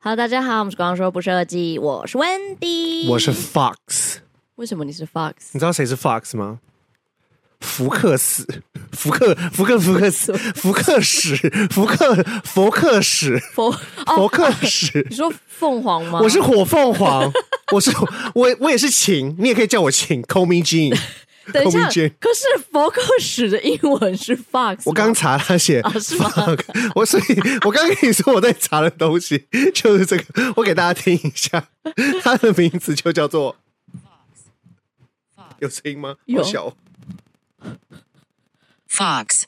Hello，大家好，我们是光说不设计，我是 Wendy，我是 Fox，为什么你是 Fox？你知道谁是 Fox 吗？福克斯，福克，福克，福克斯，福克史，福克，福克史，佛福哦，克史 你。说凤凰吗？我是火凤凰，我是我我也是晴，你也可以叫我晴，Call me Jean。 等一下 Tommy Jane，可是佛克史的英文是 Fox，我刚查他写啊是吗 fuck，我所以，我刚跟你说我在查的东西就是这个，我给大家听 一下，他的名字就叫做有声音吗？有好小哦， Fox,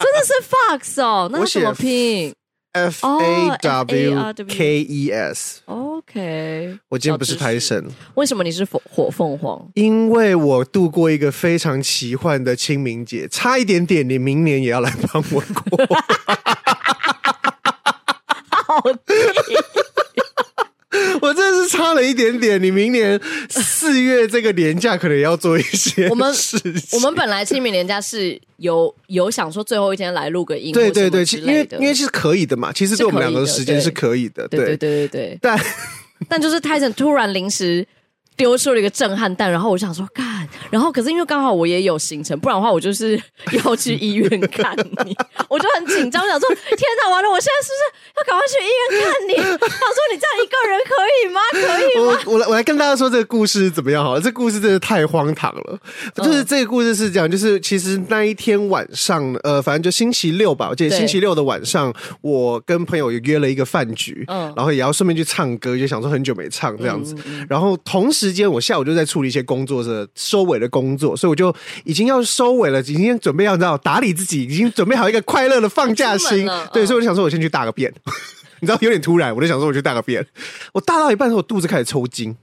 真的是 Fox 哦，那我它怎么写拼 F 哦 A W FARW K E S。 ？OK，我今天不是小台知识，神，为什么你是火火凤凰？因为我度过一个非常奇幻的清明节，差一点点，你明年也要来帮我过。好我真的是差了一点点，你明年四月这个年假可能也要做一些我们事情我们本来清明年假是有有想说最后一天来录个音，对对对，或其什么之因为类的因为是可以的嘛，其实对我们两个的时间是是可可以的，对对对。对对对，但但就是 Tyson 突然临时丢出了一个震撼弹，然后我就想说干，然后可是因为刚好我也有行程，不然的话我就是要去医院看 你，我就很紧张，想说天哪，完了，我现在是不是要赶快去医院看你？想说你这样一个人可以吗？可以吗？我我来我来跟大家说这个故事怎么样好了，这故事真的太荒唐了。嗯就是这个故事是这样，就是其实那一天晚上，呃，反正就星期六吧，我记得对星期六的晚上，我跟朋友约了一个饭局，嗯然后也要顺便去唱歌，就想说很久没唱这样子。然后同时间，我下午就在处理一些工作的收尾的工作，所以我就已经要收尾了，已经准备要你知道打理自己，已经准备好一个快乐的放假出门心了。对，嗯所以我就想说，我先去大个便。 你知道有点突然，我就想说我去大个便，我大到一半的时候，我肚子开始抽筋。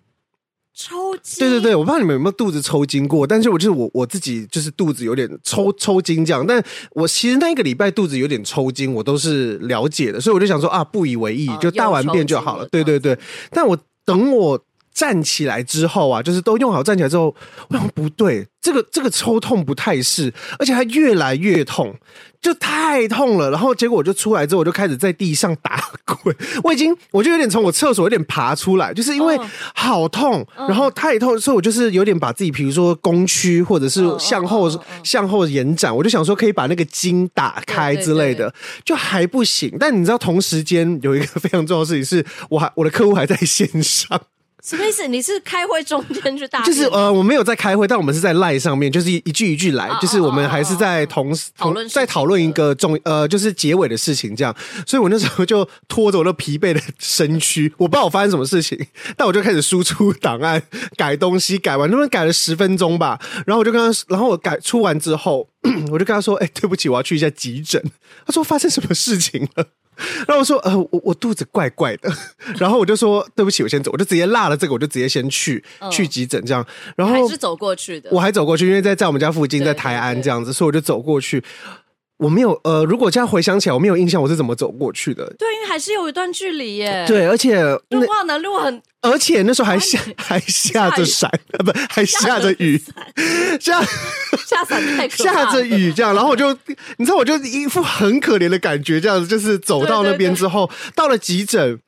抽筋，对对对，我不知道你们有没有肚子抽筋过，但是我就是我我自己就是肚子有点抽抽筋这样，但我其实那一个礼拜肚子有点抽筋，我都是了解的，所以我就想说啊，不以为意哦，就大完便就好了。对对对，但我等我站起来之后啊，就是都用好站起来之后，我想不对，这个这个抽痛不太是，而且它越来越痛，就太痛了。然后结果我就出来之后，我就开始在地上打滚，我已经我就有点从我厕所有点爬出来，就是因为嗯哦好痛，然后太痛，所以我就是有点把自己，比如说弓曲或者是嗯嗯向后、嗯嗯向后延展，我就想说可以把那个筋打对开对之类的，就还不行。但你知道，同时间有一个非常重要的事情是，我还我的客户还在线上。什么意思？你是开会中间去大便就是呃，我们没有在开会，但我们是在赖上面，就是一一句一句来哦，就是我们还是在同时讨同论事情在讨论一个重呃，就是结尾的事情这样。所以我那时候就拖着我的疲惫的身躯，我不知道我发生什么事情，但我就开始输出档案、改东西，改完那边改了十分钟吧。然后我就跟他，然后我改出完之后， 我就跟他说：“哎、对不起，我要去一下急诊。”他说：“发生什么事情了？”然后我说，呃，我我肚子怪怪的， 然后我就说对不起，我先走，我就直接落了这个，我就直接先去、去急诊这样，然后嗯还是走过去的？我还走过去，因为在在我们家附近，对在台对安对这样子，所以我就走过去。我没有呃，如果这样回想起来，我没有印象我是怎么走过去的。对，因为还是有一段距离耶。，对，而且那路跨南路很而且那时候 还下还下着下伞， 啊不还下着 雨， 下下伞太可怕了下着雨这样，然后我就，你知道，我就一副很可怜的感觉，这样子，就是走到那边之后，到了急诊，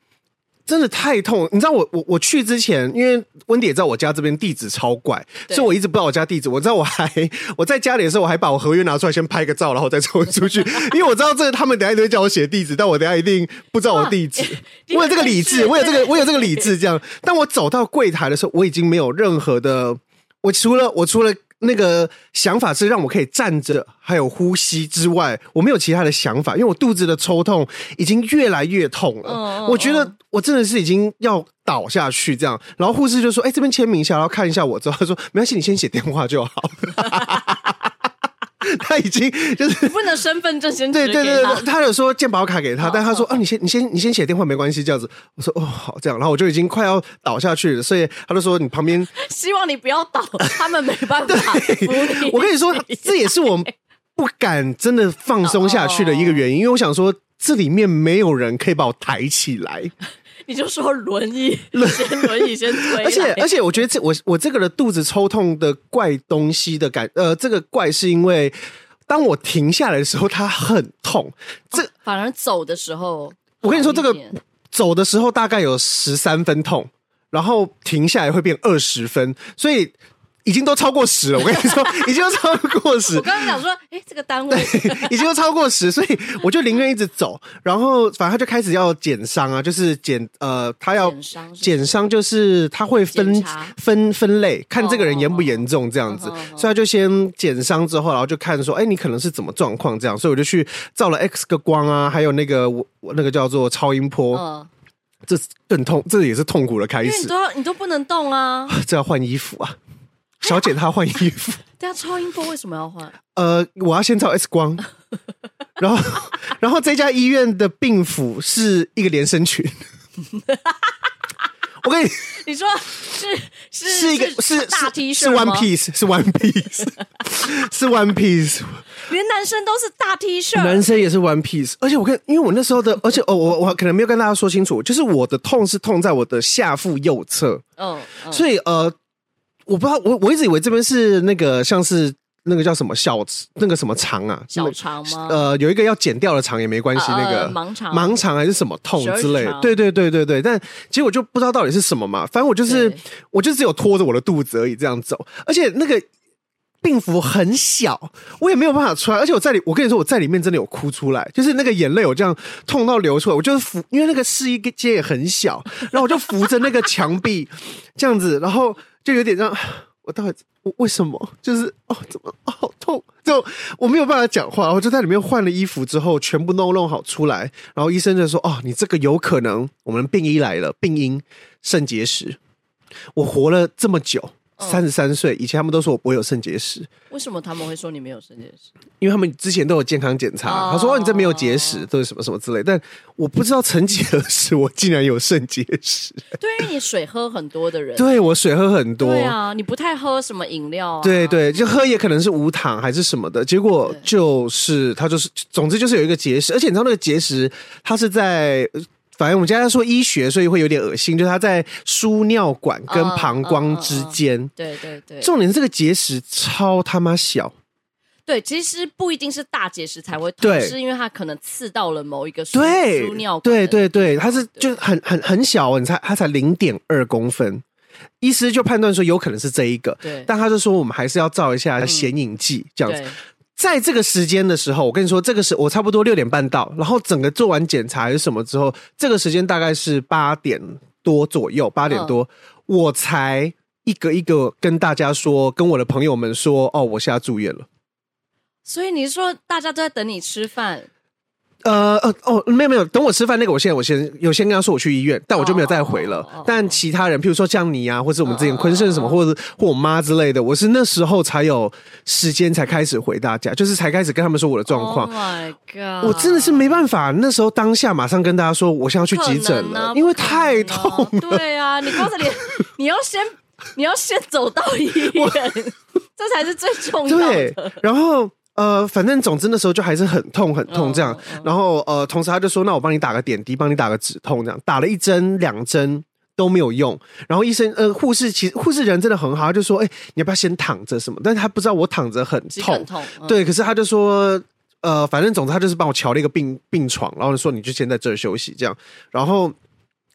真的太痛。你知道我，我我去之前，因为温迪也知道我家这边地址超怪，对所以我一直不知道我家地址。我知道我还 我在家里的时候，我还把我合约拿出来先拍个照，然后再抽 出去，因为我知道这他们等一下一定会叫我写地址，但我等一下一定不知道我 地址。很我有这个 理正式智，我有这个我有这个理智，这样。但我走到柜台的时候，我已经没有任何的，我除了我除了那个想法是让我可以站着还有呼吸之外，我没有其他的想法，因为我肚子的抽痛已经越来越痛了。嗯嗯我觉得我真的是已经要倒下去这样。然后护士就说：“哎、这边签名一下，然后看一下我。”之后他说：“没关系，你先写电话就好。” 他已经就是你不能身份证先对指对给对他对，他有说健保卡给他，但他说哦啊，你先你先你先写电话没关系，这样子。我说哦好这样，然后我就已经快要倒下去了，所以他就说你旁边，希望你不要倒，他们没办 法扶你。我跟你说，这也是我不敢真的放松下去的一个原因，因为我想说这里面没有人可以把我抬起来。你就说轮 椅，先轮椅先推来，而且而且，我觉得这我我这个的肚子抽痛的怪东西的感，呃，这个怪是因为当我停下来的时候，它很痛。这反而走的时候，我跟你说，这个好一点走的时候大概有十三分痛，然后停下来会变二十分，所以已经都超过十了。我跟你 说，已经都超过十我，刚刚想说，哎、这个单 位已经都超过十，所以我就宁愿一直走。然后反正他就开始要减伤啊，就是减呃，他要减伤是减伤就是他会分检查分分类，看这个人严不严重这样子哦哦哦哦哦。哦所以他就先减伤之后，然后就看说，哎，你可能是怎么状况这样。所以我就去照了 X 个光啊，还有那个我我那个叫做超音波，嗯，这是更痛，这也是痛苦的开因为你始都。要你都不能动啊。这要换衣服 啊，小姐她换衣服。 对啊，超音波为什么要换？呃，我要先照 X 光，然后，然后这家医院的病府是一个连 身裙。我跟你你说是是是一个是大 T 是恤 One 吗？ Piece，是 One Piece，是 One Piece，连男生都是大 T 恤，男生也是 One Piece。而且我跟，因为我那时 候的，而且哦，我我可能没有跟大家说清楚，就是我的痛是痛在我的下腹右侧，嗯，嗯所以呃，我不知道，我我一直以为这边是那个像是那个叫什么小那个什么肠啊，小肠吗？呃，有一个要剪掉的肠也没关系，呃那个呃盲肠盲肠还是什么痛十二之类指的，肠对对对对对。但其实我就不知道到底是什么嘛，反正我就是对，我就只有拖着我的肚子而已这样走，而且那个病服很小，我也没有办法穿，而且我在里，我跟你说我在里面真的有哭出来，就是那个眼泪有这样痛到流出来，我就是扶，因为那个试衣间也很小，然后我就扶着那个墙壁这样子，然后就有点让。我到底我为什么就是哦怎么哦好痛？就我没有办法讲话，我就在里面换了衣服之后，全部弄弄好出来，然后医生就说哦你这个有可能我们病医来了，病因肾结石。我活了这么久，嗯三十三岁，以前他们都说我不会有肾结石，为什么他们会说你没有肾结石？因为他们之前都有健康检查，哦他说哦你这没有结石，都是什么什么之类，但我不知道曾几何时我竟然有肾结 石，对，因为你水喝很多的人，对我水喝很多，对啊，你不太喝什么饮料啊？对对，就喝也可能是无糖还是什么的，结果对就是他就是，总之就是有一个结石，而且你知道那个结石，它是在。呃反正我们家说医学，所以会有点恶心，就是它在输尿管跟嗯膀嗯胱嗯之嗯间。对对对，重点是这个结石超他妈小，对，其实不一定是大结石才会痛，对是因为它可能刺到了某一个输对输尿，管对的对对，它是就很很很小哦，你才它才零点二公分，医师就判断说有可能是这一个，对嗯但他就说我们还是要照一下显影剂、这样子。对在这个时间的时候，我跟你说，这个时我差不多六点半到，然后整个做完检查还是什么之后，这个时间大概是八点多左右，八点嗯多，我才一个一个跟大家说，跟我的朋友们说，哦，我现在住院了。所以你说大家都在等你吃饭，呃呃哦，没有没有，等我吃饭那个，我现在我先有先跟他说我去医院，但我就没有再回了。哦哦哦哦但其他人，譬如说像你啊，或者我们之前嗯嗯坤盛什嗯么，嗯或者或我妈之类的，我是那时候才有时间才开始回大家，就是才开始跟他们说我的状况。 Oh my god！我真的是没办法，那时候当下马上跟大家说，我现在要去急诊不可了，能啊因为太不可能啊痛。对啊，你光是 连你要先你要先走到医院，这才是最重要对的。，然后呃，反正总之那时候就还是很痛很痛这嗯样。嗯嗯然后呃，同时他就说，那我帮你打个点滴，帮你打个止痛这样。打了一针两针都没有用。然后医生呃，护士其实护士人真的很好，他就说，哎、你要不要先躺着什么？但是他不知道我躺着很其实痛很，痛，嗯，对，可是他就说，呃，反正总之他就是帮我瞧了一个病病床，然后说你就先在这儿休息这样，然后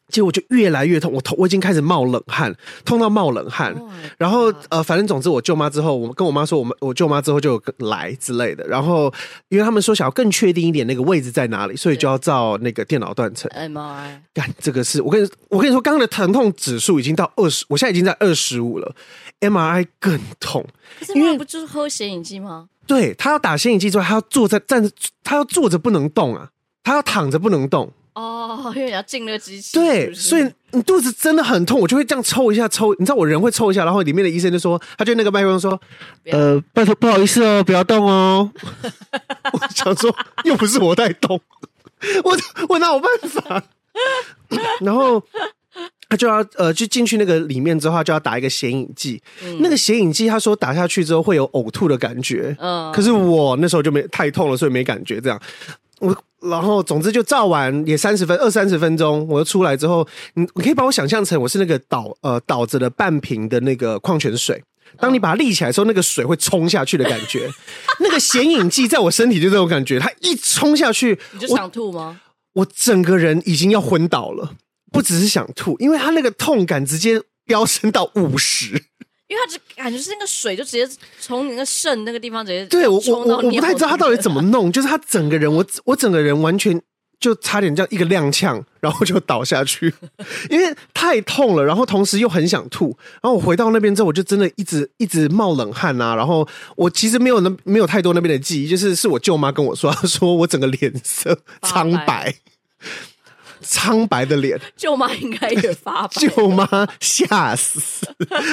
结果我就越来越痛，我头我已经开始冒冷汗，痛到冒冷汗。 Oh my 然后 God 呃，反正总之我舅妈之后，我跟我妈说，我们我舅妈之后就有个来之类的。然后因为他们说想要更确定一点那个位置在哪里，所以就要照那个电脑断层。 MRI 干，这个是我跟你我跟你说，刚刚的疼痛指数已经到二十，我现在已经在二十五了，MRI 更痛。可是 MRI 不就是喝显影剂吗？对他要打显影剂之外，他要坐在站着，他要坐着不能动啊，他要躺着不能动。哦，因为你要进那个机器，是对，不是所以你肚子真的很痛，我就会这样抽一下抽，你知道我人会抽一下，然后里面的医生就说，他就那个麦克风说，不要呃，拜托不好意思哦，不要动哦。我想说，又不是我在动，我 我哪有办法？然后他就要呃，就进去那个里面之后，他就要打一个显影剂。嗯那个显影剂，他说打下去之后会有呕吐的感觉。嗯可是我那时候就没太痛了，所以没感觉。这样，我然后总之就照完也三十分二三十分钟，我又出来之后，你你可以把我想象成我是那个倒呃倒着的半瓶的那个矿泉水。当你把它立起来的时候，那个水会冲下去的感 觉，那个显影剂在我身体就这种感觉，它一冲下去你，就我想吐吗？我整个人已经要昏倒了，不只是想吐，因为他那个痛感直接飙升到五十。因为它只感觉是那个水就直接从你那个肾那个地方直接对我我冲我到我不太知道他到底怎么弄，就是他整个人，我我整个人完全就差点这样一个踉跄，然后就倒下去，因为太痛了，然后同时又很想吐，然后我回到那边之后，我就真的一直一直冒冷汗啊，然后我其实没有那没有太多那边的记忆，就是是我舅妈跟我说，她说我整个脸色发苍白白，苍白的脸， 舅妈应该也发 白，舅妈吓死，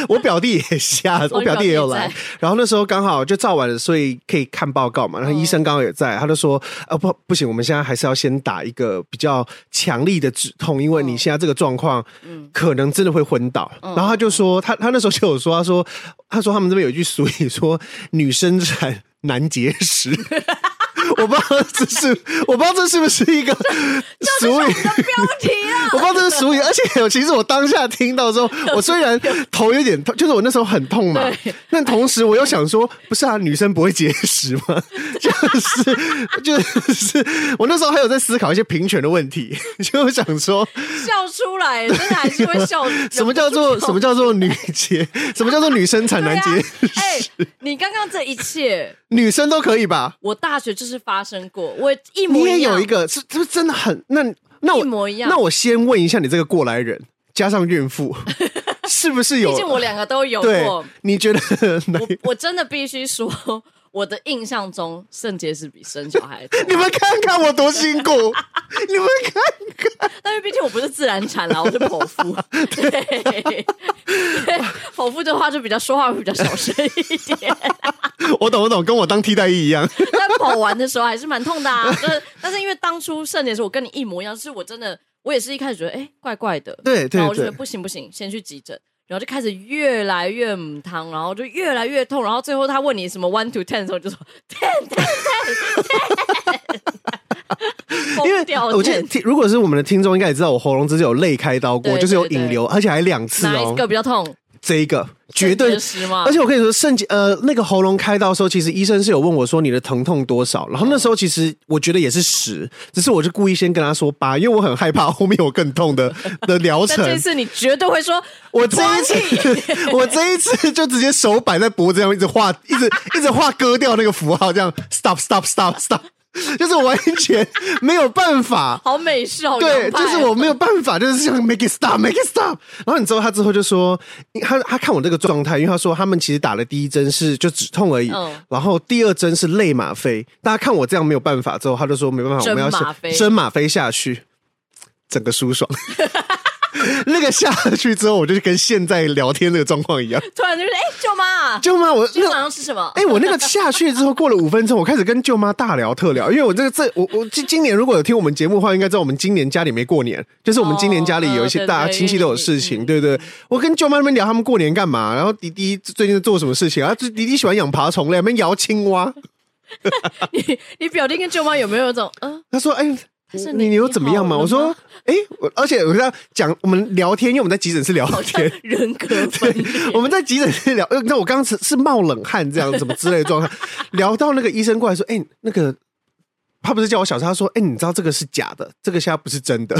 我表弟也吓死，哦我你表表弟弟也有也在来。然后那时候刚好就照完了，所以可以看报告嘛。然后医生刚好也在，他就说：“呃，不，不行，我们现在还是要先打一个比较强力的止痛，因为你现在这个状况，可能真的会昏倒。”然后他就说：“他他那时候就有说，他说他说他们这边有一句俗语说，女生产难结石。” 我不知道这是，我不知道这是不是一个俗语。标题啊， 我不知道这是俗 语，而且其实我当下听到之后，我虽然头有点痛，就是我那时候很痛嘛， 但同时我又想说，不是啊，女生不会节食吗？ 就是就是，我那时候还有在思考一些平权的问题， 就想说笑出来，真的还是会笑。 什么叫做什么叫做女节，什么叫做女生产对男啊节，？哎、你刚刚这一切，女生都可以吧？我大学就是发生过，我一你模也一样。有一个是，这真的很那那我一模一样那我先问一下你这个过来人，加上 孕妇，是不是有？毕竟我两个都有对过。，你觉得哪一我我真的必须说，我的印象中，肾结石比生小孩多。 你们看看我多辛 苦，你们看但是毕竟我不是自然产啦，我是剖 腹。对，对剖腹的话就比较说话会比较小声一点，看，我懂我懂，跟我当替代役一样。但剖完的时候还是蛮痛的 啊。就是但是因为当初肾结石，我跟你一模一样，是我真的，我也是一开始觉得哎、怪怪的，对对然后我就觉对得，不行不行，先去急诊。然后就开始越来越母汤，然后就越来越痛，然后最后他问你什么 one to ten 的时候，就说 ten ten ten ten， 因疯为掉我记得10听，如果是我们的听众，应该也知道我喉咙之前有泪开刀过，对就是有对对引流，而且还两次哪哦一。个比较痛？这一个绝对肾结石嘛而且我跟你说，肾结呃那个喉咙开刀的时候，其实医生是有问我说你的疼痛多少，然后那时候其实我觉得也是十，只是我就故意先跟他说八，因为我很害怕后面有更痛的的 疗但程。这次你绝对会说，我这一 次，我这一次就直接手摆在脖子上，一直画，一直一直画割掉那个符号，这样 stop stop stop stop，就是完全没有办法。好美式，好对，洋派就是我没有办法，就是想 make it stop，make it stop。然后你知道他之后就说，他他看我这个状态，因为他说他们其实打了第一针是就止痛而已，嗯然后第二针是类吗啡。大家看我这样没有办法之后，他就说没办法，我针们要吗啡是针吗啡下去，整个舒爽。 那个下去之后，我就跟现在聊天这个状况一样，突然就是哎、舅妈，舅妈，我今天那晚上吃什么？ 哎、我那个下去之后，过了五分钟，我开始跟舅妈大聊特聊，因为我这个这我我今今年如果有听我们节目的话，应该知道我们今年家里没过年，就是我们今年家里有一些哦大家对对嗯亲戚都有事情，对不对？我跟舅妈那边聊他们过年干嘛，然后迪迪最近做什么事情啊？就迪迪喜欢养爬虫类，那边摇青蛙。 你你表弟跟舅妈有没有一种嗯？他说：“哎、是你你你有怎么样你嘛？”好了我说：“哎、我而且我跟他讲，我们聊天，因为我们在急诊室聊好像天，人格分裂， 我们在急诊室聊，呃，那我刚刚是是冒冷汗这样怎么之类的状态， 聊到那个医生过来说，哎、那个他不是叫我小声，他说，哎、你知道这个是假的，这个现在不是真的，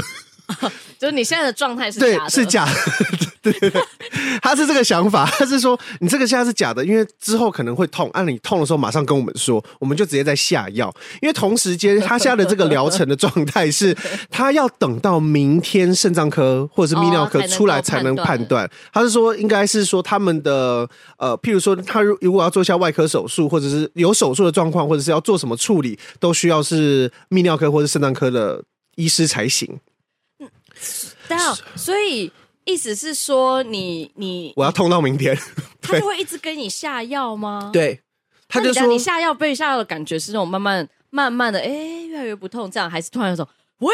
就是你现在的状态是对假，的，是假的， 对对对，他是这个想法，他是说你这个现在是假的，因为之后可能会痛，按、啊、你痛的时候马上跟我们说，我们就直接在下药，因为同时间他现在的这个疗程的状 态是，他要等到明天肾脏科或者是泌尿科哦才能够出来才能判判断断。他是说，应该是说他们的呃，譬如说他如如果要做一下外科手术，或者是有手术的状况，或者是要做什么处理，都需要是泌尿科或者肾脏科的医师才行。对啊，所以意思是说你你我要痛到明天。他就会一直跟你下药吗？，对，他就嗯那说你你下药被下药的感觉是那种慢慢慢慢的，哎、越来越不痛，这样还是突然有种喂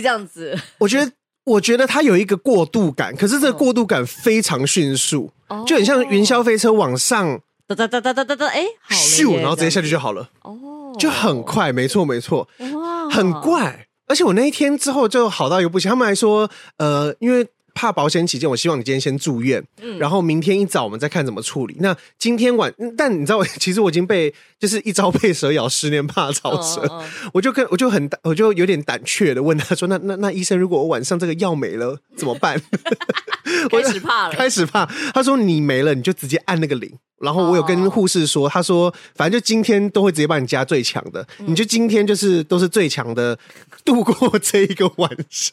这样子？我觉得，我觉得它有一个过渡感，可是这个过渡感非常迅速，嗯哦就很像云霄飞车往上哒哒哒哒哒哒哒，哎、好了耶咻，然后直接下这样去就好了，哦，嗯就很快。没错，没错，哇，很怪。而且我那一天之后就好到一个不行，他们还说，呃，因为。怕保险起见，我希望你今天先住院，嗯然后明天一早我们再看怎么处理。那今天晚，嗯但你知道我， 其实我已经被就是一朝被蛇咬，十年怕草嗯绳。嗯嗯我就跟我就很我就有点胆怯的问他说：“那 那那医生，如果我晚上这个药没了怎么办？” 我嗯开始怕了开始怕。他说：“你没了，你就直接按那个铃。”然后我有跟哦护士说，他说：“反正就今天都会直接帮你加最强的，嗯你就今天就是都是最强的度过这一个晚 上。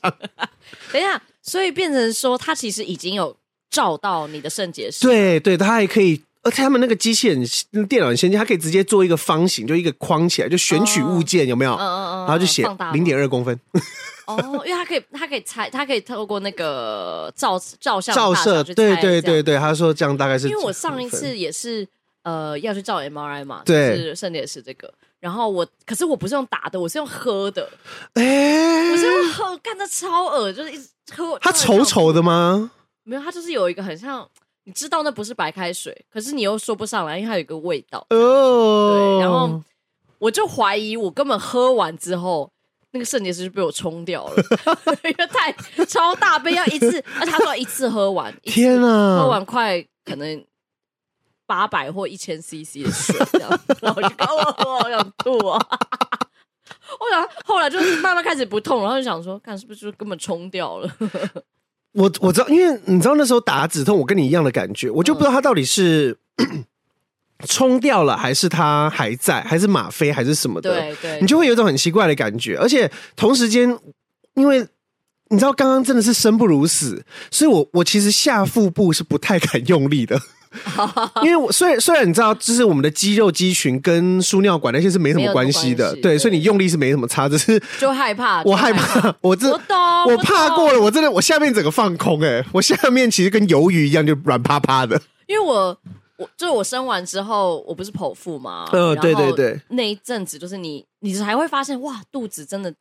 等一下，所以变成说他其实已经有照到你的肾结石，对对，他还可以。”而且他们那个机器很电脑很先进，它可以直接做一个方形，就一个框起来，就选取物件、有没有？嗯嗯嗯，然后就写放大吗零点二公分，哦，因为他可以，他可以猜，他可以透过那个照照相的照大小射，去猜对这对对样。对，他说这样大概是几因公分。为我上一次也是呃要去照 MRI 嘛，对就是肾结石这个。然后我，可是我不是用打的，我是用喝的，哎、我是用喝，干的超恶，就是一直喝。它稠稠的吗？没有，它就是有一个很像，你知道那不是白开水，可是你又说不上来，因为它有一个味道。哦，对，然后我就怀疑我根本喝完之后。那个肾结石就被我冲掉 了，因为太超大杯，要一次，而且他说要一次喝完，一次天啊，喝完快可能八百或一千 CC 的水，这样， 然后我就哦，我好想吐啊！ 我想后来就是慢慢开始不痛，然后就想说，看是不是就根本冲掉了？我我知道，因为你知道那时候打止痛，我跟你一样的感觉，我就不知道它到底是。 冲掉了，还是它还在，还是吗啡，还是什么的？ 对对，你就会有一种很奇怪的感觉，而且同时间，因为你知道刚刚真的是生不如死，所以我我其实下腹部是不太敢用 力的。因为我虽然虽然你知道，就是我们的肌肉肌群跟输尿管那些是没什没么有关关系的，系对，对所以你用力是没什么差，只是就害怕，我就害 怕，我这我懂，我懂怕过了，我真的我下面整个放空、欸，我下面其实跟鱿鱼一样，就软趴趴的。因为我我就是我生完之后，我不是剖腹嘛，嗯然后对对对，那一阵子就是你，你才会发现哇，肚子真的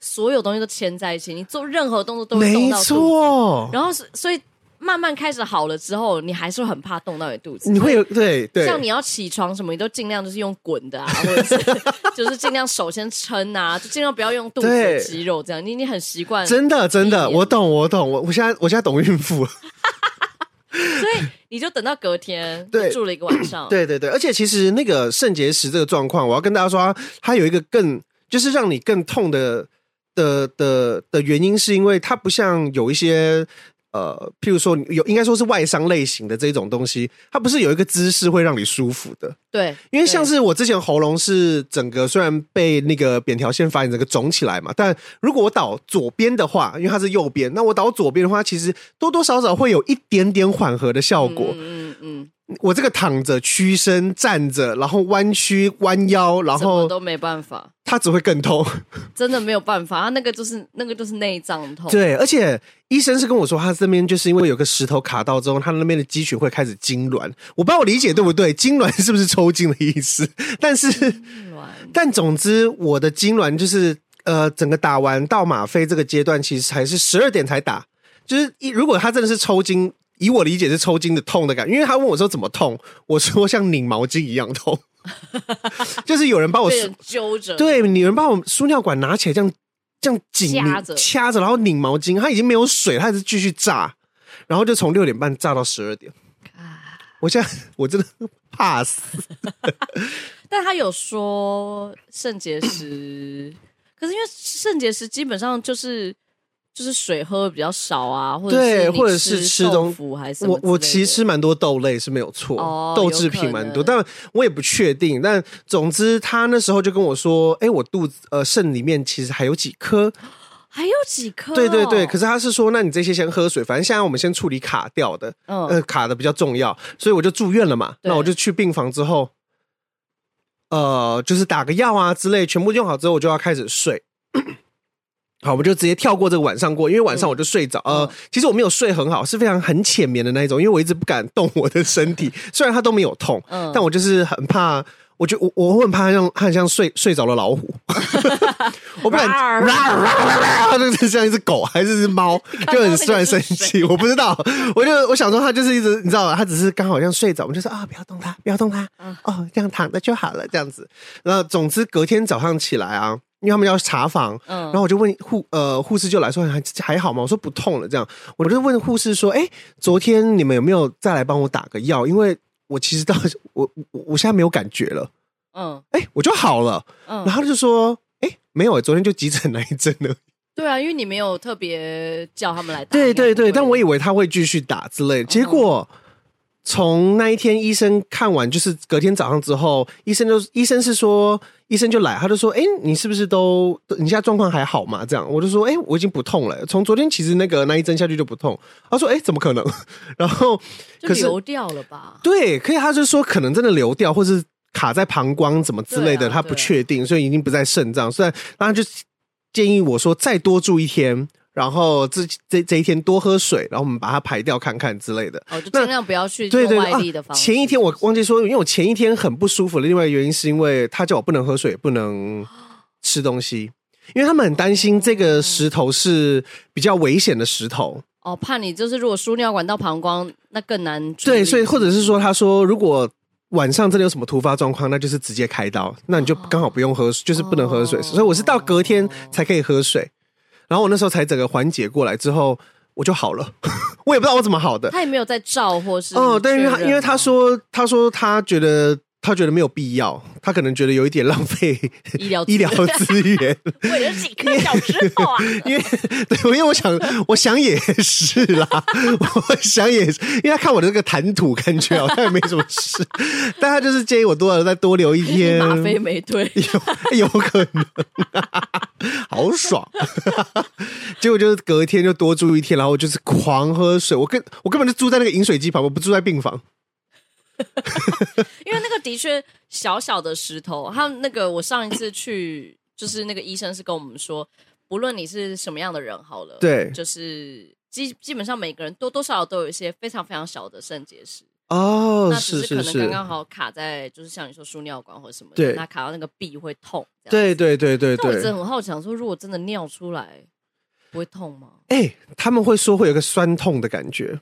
所有东西都牵在一起，你做任何动作都会动没到肚子，错，然后是所以慢慢开始好了之后，你还是会很怕动到你肚子，你会有对对，像你要起床什么，你都尽量就是用滚的啊，或者 是就是尽量手先撑啊，就尽量不要用肚子对的肌肉这样，你你很习惯，所真的真的，一点我懂我懂，我我现在我现在懂孕妇了。以你就等到隔天对就住了一个晚上，对对对，而且其实那个肾结石这个状况，我要跟大家说，它它有一个更就是让你更痛的的的的原因，是因为它不像有一些。呃，譬如说有应该说是外伤类型的这种东西，它不是有一个姿势会让你舒服的，对，因为像对是我之前喉咙是整个虽然被那个扁条线发炎整个肿起来嘛，但如果我倒左边的话，因为它是右边，那我倒左边的话，其实多多少少会有一点点缓和的效果。嗯嗯嗯。我这个躺着、屈身、站着，然后弯曲、弯腰，然怎么后都没办法，它只会更痛。真的没有办法。他那个就是那个就是内脏痛，对，而且医生是跟我说，他这边就是因为有个石头卡到之后，他那边的肌群会开始痉挛。我不知道我理解对不对，痉挛是不是抽筋的意思？但是。卵但总之，我的痉挛就是呃，整个打完到吗啡这个阶段，其实还是十二点才打。就是一如果他真的是抽筋，以我理解是抽筋的痛的感觉，因为他问我说怎么痛，我说像拧毛巾一样痛， 就是有人把我被梳人，揪着，对，有人把我输尿管拿起来这样这样紧掐拧着掐着，然后拧毛巾，他已经没有水，他还是继续炸，然后就从六点半炸到十二点。我现在 我真的怕死。但他有说肾结石， 可是因为肾结石基本上就是就是水喝比较少啊，或者对是你或者是吃豆东腐还是什么我之类的我其实吃蛮多豆类是没有错，哦豆有制可品蛮多，能但我也不确定。但总之，他那时候就跟我说：“哎、我肚子呃肾里面其实还有几颗。还有几颗哦、对对对，可是他是说，那你这些先喝水，反正现在我们先处理卡掉的，嗯呃，卡的比较重要，所以我就住院了嘛。对那我就去病房之后，呃，就是打个药啊之类，全部用好之后，我就要开始睡。 好，我们就直接跳过这个晚上过，因为晚上我就睡着。呃嗯，其实我没有睡很好，是非常很浅眠的那一种，因为我一直不敢动我的身体，虽然它都没有痛，嗯但我就是很怕。我就我我会很怕它像它很像睡睡着了老虎， 我不敢，哇它 就是像一只狗还是一只猫，就很突然生气，我不知道，我就我想说它就是一直你知道吧，它只是刚好像睡着，我们就说啊不要动它，不要动它，哦这样躺着就好了这样子。然后总之隔天早上起来啊，因为他们要查房，嗯然后我就问护呃护士就来说还还好吗？我说不痛了，这样我就问护士说，哎，昨天你们有没有再来帮我打个药？因为我其实到 我我我现在没有感觉了，嗯哎，我就好了。然嗯，后他就说，哎，没有，昨天就急诊来一针了。对啊，因为你没有特别叫他们来打，啊对对对，但我以为为他会继续打之嗯类的，结果从那一天医生看完，就是隔天早上之后，医生就医生是说，医生就来，他就说，哎、你是不是都你现在状况还好吗？这样，我就说，哎、我已经不痛了，从昨天其实那个那一针下去就不痛。他说，哎、怎么可能？然后就可是流掉了吧，对，可以，他就说可能真的流掉，或是卡在膀胱怎么之类的，对啊他不确定，所以已经不在肾脏。虽然，那他就建议我说再多住一天，然后这这这一天多喝水，然后我们把它排掉看看之类的。哦，就那尽量不要去对用对外力对、的啊，方式。前一天我忘记说，因为我前一天很不舒服的另外一个原因是因为他叫我不能喝水，也不能吃东西，因为他们很担心这个石头是比较危险的石头。哦，怕你就是如果输尿管到膀胱，那更难处理。对，所以或者是说，他说如果晚上真的有什么突发状况，那就是直接开刀，那你就刚好不用喝，水，就是不能喝水。哦所以我是到隔天才可以喝水，然后我那时候才整个缓解过来之后，我就好了。 我也不知道我怎么好的。他也没有在照或是哦，但是他确认因为他吗说，他说他觉得他觉得没有必要，他可能觉得有一点浪费医疗医疗资源。 为了几颗小石头啊， 因为对，因为我想，我想也是啦，我想也是，因为他看我的这个谈吐，感觉好像也没什么事，但他就是建议我多留再多留一天，吗啡没对，有 有可能，好爽。 结果就是隔一天就多住一天，然后我就是狂喝水，我根我根本就住在那个饮水机旁边，我不住在病房。因为那个的确小小的石头，他那个我上一次去，就是那个医生是跟我们说，不论你是什么样的人，好了，，对就是基基本上每个人多多少少都有一些非常非常小的肾结石，哦，那只是是可能是是刚，刚好卡在，就是像你说输尿管或者什么的，对那卡到那个壁会痛，这样。对对对对但我一直对。很好奇，想说如果真的尿出来，不会痛吗？哎、他们会说会有一个酸痛的感觉，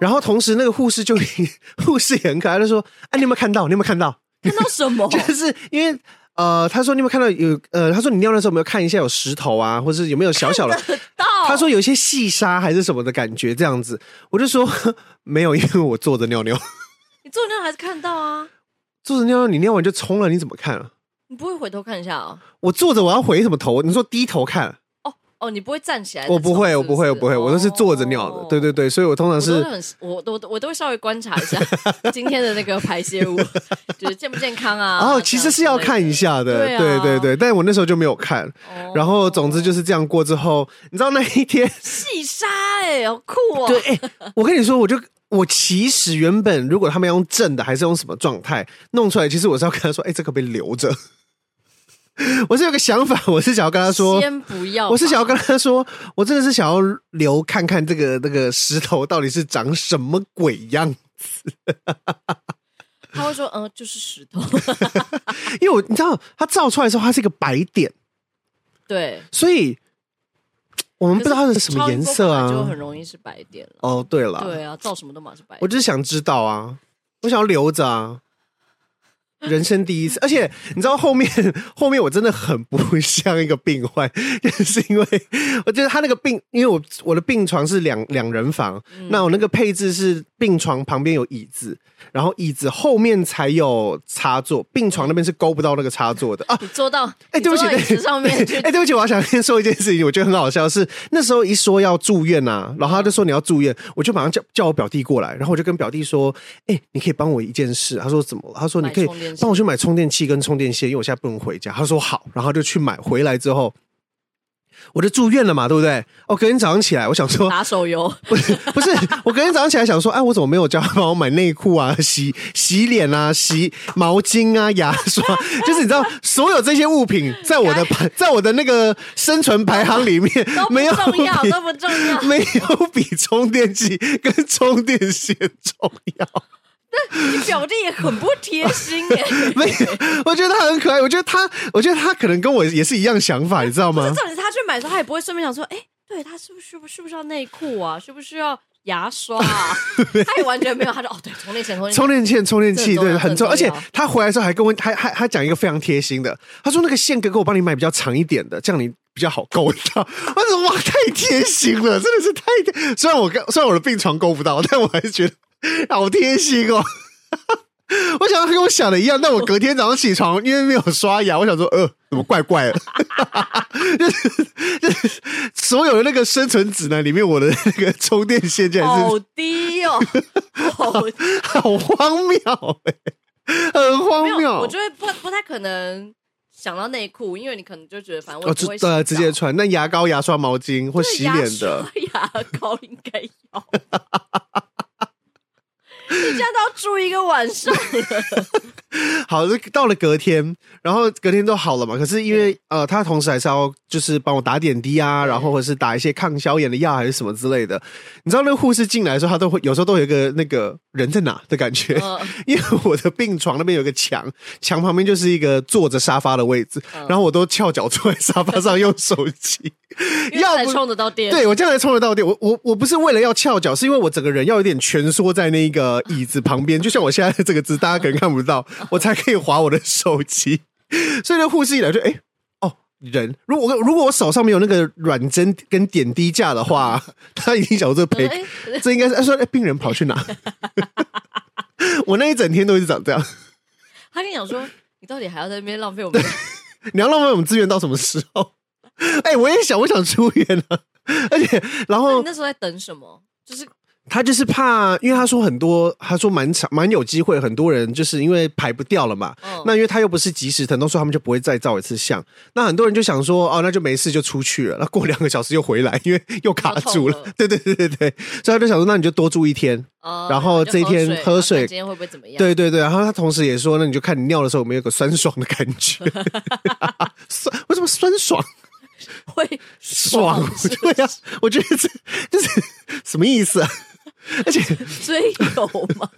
然后同时那个护士就 护士也很可爱，他说：“啊，你有没有看到？你有没有看到？看到什 么？就是因为呃，他说你有没有看到有呃，他说你尿的时候有没有看一下有石头啊，或是有没有小小的？到他说有一些细沙还是什么的感觉这样子，我就说没有，因为我坐着尿尿，你做尿还是看到啊？坐着尿尿你尿完就冲了，你怎么看啊？你不会回头看一下哦？我坐着我要回什么头？你说低头看，哦哦，你不会站起来？我不会，我不会，我不会，我都是坐着尿的。对对对。对，所以我通常哦我是都很，我都我都会稍微观察一 下今天的那个排泄物， 就是健不健康啊？哦，其实是要看一下的，对对啊对对，但我那时候就没有看。这样之类的。然后，总之哦就是这样过之后，你知道那一天，细沙哎，好酷哦！对，哎、我跟你说，我就我其实原本如果他们要用正的，还是用什么状态弄出来，其实我是要跟他说，哎、这可不可以留着？ 我是有个想法，我是想要跟他说，先不要吧，我是想要跟他说，我真的是想要留看看这个那个石头到底是长什么鬼样，他会说，嗯，就是石头，因为我你知道，它照出来的时候，它是一个白点，对，所以嘖我们不知道它是什么颜色可是超音波本来就啊很。容易是白点了。哦，对了，对啊，照什么都嘛是白我点。就是想知道啊，我想要留着啊，人生第一次。而且你知道后面后面我真的很不像一个病患，就是因为我觉得他那个病，因为我我的病床是两两人房，那我那个配置是病床旁边有椅子，然后椅子后面才有插座，病床那边是勾不到那个插座的啊。你坐到哎、对不起，你坐到椅对子上面去 哎、，对不起，我要想先说一件事情，我觉得很好笑是，那时候一说要住院啊，然后他就说你要住院，我就马上叫叫我表弟过来，然后我就跟表弟说，哎、你可以帮我一件事。他说怎么了？他说你可以买充电器帮我去买充电器跟充电线，因为我现在不能回家。他说好，然后就去买。回来之后，我就住院了嘛，对不对？哦，隔天早上起来，我想说，打手游，不是不是，我隔天早上起来想说，哎，我怎么没有叫他帮我买内裤啊、 洗洗脸啊、洗毛巾啊、牙刷，就是你知道，所有这些物品在我的排，在我的那个生存排行里面都，不 没有重要，比都不重要。没有比充电器跟充电线重要。你表弟也很不贴心 哎、没有，我觉得他很可爱，我觉得他，我觉得他可能跟我也是一样想法，你知道不是吗？重点是他去买的时候，他也不会顺便想说，哎、对他是不是是不是不是要内裤啊？需不需要牙刷、 啊，他也完全没有，他就哦对，充电线，充电线充电线、充电器，这很重要哦这很重对，很重。要而且他回来的时候还跟我，还还还讲一个非常贴心的，他说那个线哥哥，我帮你买比较长一点的，这样你。比较好勾到， 我说哇，太贴心了，真的是太贴。虽然我跟虽然我的病床勾不到，但我还是觉得好贴心哦。 我想他跟我想的一样，但我隔天早上起床，因为没有刷牙，我想说，呃，怎么怪怪的？ 就是就是所有的那个生存指南里面，我的那个充电线竟然是好低哦，好低 好荒谬、欸，很荒 没有，谬。我觉得不不太可能想到内裤，因为你可能就觉得反正我哦，也不直会洗澡、啊呃直接穿，那牙膏、牙刷、毛巾或对洗脸的，牙刷、牙膏应该要。你这样都要住一个晚上，好，就到了隔天，然后隔天都好了嘛。可是因为呃，他同时还是要就是帮我打点滴啊，然后或者是打一些抗消炎的药还是什么之类的。你知道那个护士进来的时候，他都会有时候都有一个那个人在哪的感觉，嗯 因为我的病床那边有个墙，墙旁边就是一个坐着沙发的位置，嗯然后我都翘脚坐在沙发上用手机，因为要才不充得到电。对我这样才充得到电。我我我不是为了要翘脚，是因为我整个人要有点蜷缩在那个椅子旁边，就像我现在这个姿，大家可能看不到，我才可以划我的手机。所以那护士一来就哎、哦人，如果我如果我手上没有那个软针跟点滴架的话，他已经想说这我说，赔， 哎、这应该是他说哎病人跑去哪？ 我那一整天都一直长这样，他跟你讲说，你到底还要在那边浪费我们的？你要浪费我们资源到什么时候？ 哎、我也想，我想出院啊， 而且然那后你那时候在等什么？就是他就是怕，因为他说很多，他说蛮长蛮有机会，很多人就是因为排不掉了嘛。嗯那因为他又不是及时疼痛，所以他们就不会再照一次相。那很多人就想说，哦，那就没事就出去了。那过两个小时又回来，因为又卡住了又痛了。 对对对对对，所以他就想说，那你就多住一天。哦然后就这一天水喝然后水看今天会不会怎么样？对对对，然后他同时也说，那你就看你尿的时候有没有个酸爽的感觉。 酸为什么酸爽？会爽是不对是呀、我觉得这这是什么意思啊？而且追有 吗？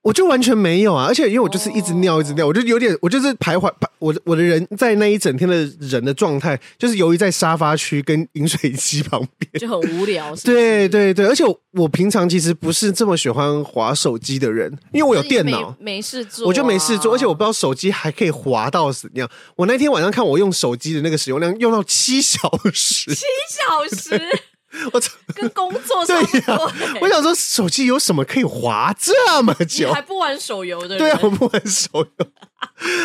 我就完全没有啊，而且因为我就是一直尿，一直尿，我就有点，我就是徘徊，徘我的我的人在那一整天的人的状态，就是由于在沙发区跟饮水机旁边。就很无聊。是不是 对对对，而且我我平常其实不是这么喜欢滑手机的人，因为我有就是电没脑，没事做、啊我就没事做，而且我不知道手机还可以滑到怎样。我那天晚上看我用手机的那个使用量用到七小时，一小时 我操！跟工作差对不呀、多、我想说手机有什么可以滑这么你久？还不玩手游的人，对啊，我不玩手游，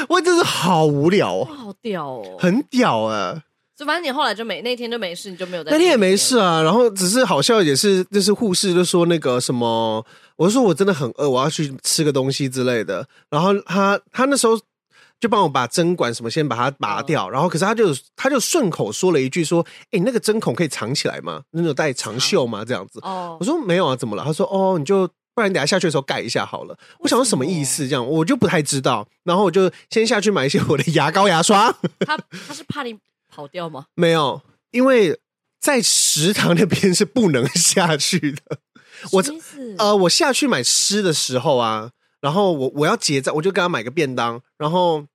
我真是好无聊哦，哇，好屌哦！很屌哎、就反正你后来就没那天就没事，你就没有在那天也没事啊，然后只是好笑，也是就是护士就说那个什么，我就说我真的很饿，我要去吃个东西之类的。然后他他那时候就帮我把针管什么先把它拔掉，然后可是他就他就顺口说了一句说，哎、你那个针孔可以藏起来吗？那种带长袖吗？这样子。哦我。说没有啊，怎么了？他说哦，你就不然你等下下去的时候盖一下好了。我想说什么意思？这样我就不太知道。然后我就先下去买一些我的牙膏、牙刷。他他是怕你跑掉吗？没有，因为在食堂那边是不能 下去的。 我什么意思呃，我下去买吃的时候啊，然后我我要结账，我就给他买个便当，然后。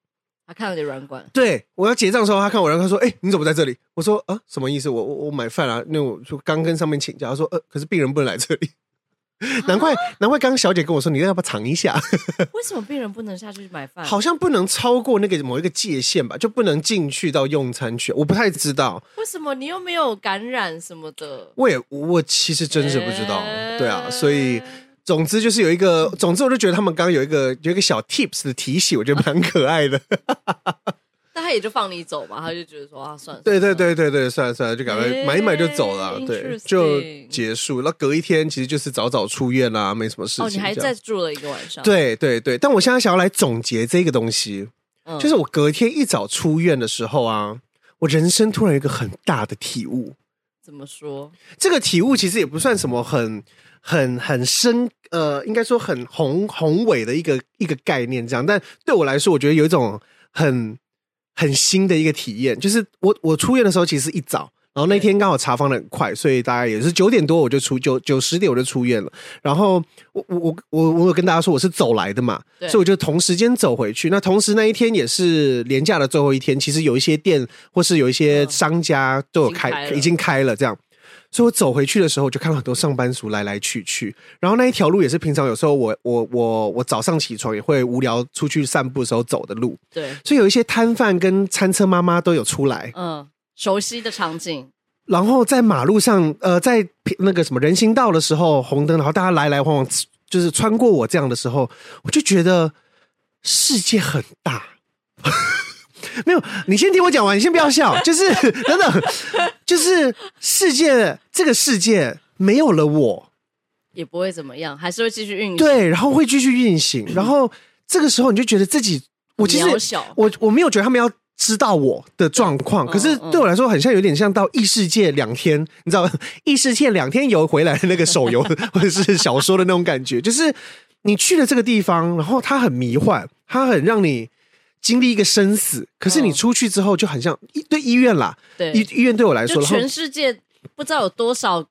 他看了你的软 管，对，我要结账的时候，他看我，然后他说：“哎、你怎么在这里？”我说：“啊，什么意思？我我我买饭啊，那我就刚跟上面请假。”他说：“呃，可是病人不能来这里，难怪难怪刚刚小姐跟我说，你要不要藏一下？”为什么病人不能下去买饭？好像不能超过那个某一个界限吧，就不能进去到用餐区。我不太知道，为什么你又没有感染什么的？我也我其实真是不知道，欸对啊，所以。总之就是有一个，总之我就觉得他们刚刚有一个有一个小 tips 的提醒，我觉得蛮可爱的。那他也就放你走嘛，他就觉得说啊，算了，对对算了，对对对，算了算了，就赶快欸买一买就走了，对，就 interesting 结束。那隔一天其实就是早早出院啦，没什么事情。哦，你还这再样？住了一个晚上，，对对对，但我现在想要来总结这个东西，嗯就是我隔天一早出院的时候啊，我人生突然有一个很大的体悟。怎么说？这个体悟其实也不算什么很很很深，呃，应该说很宏宏伟的一个一个概念这样。但对我来说，我觉得有一种很很新的一个体验，就是我我出院的时候其实一早。然后那天刚好查房的很快，所以大概也是九点多我就出九九十点我就出院了。然后我我我我我有跟大家说我是走来的嘛，对所以我就同时间走回去。那同时那一天也是廉价的最后一天，其实有一些店或是有一些嗯商家都有已经开开，了已经开了这样。所以我走回去的时候，我就看到很多上班族来来去去。然后那一条路也是平常有时候我我我我早上起床也会无聊出去散步的时候走的路，对，所以有一些摊贩跟餐车妈妈都有出来。嗯，熟悉的场景，然后在马路上，呃，在平那个什么人行道的时候，红灯，然后大家来来往往，就是穿过我这样的时候，我就觉得世界很大。 没有，你先听我讲完，你先不要笑。就是等等，就是世界这个世界没有了我，也不会怎么样，还是会继续运行。对，然后会继续运行，然后这个时候你就觉得自己，我其实渺小我我没有觉得他们要知道我的状况，嗯可是对我来说，很像有点像到异世界两天，你知道 异世界两天游回来的那个手游或者是小说的那种感觉， 就是你去了这个地方，然后它很迷幻，它很让你。经历一个生死，可是你嗯出去之后就很像一对医院啦，对医医院对我来说，就然后全世界不知道有多少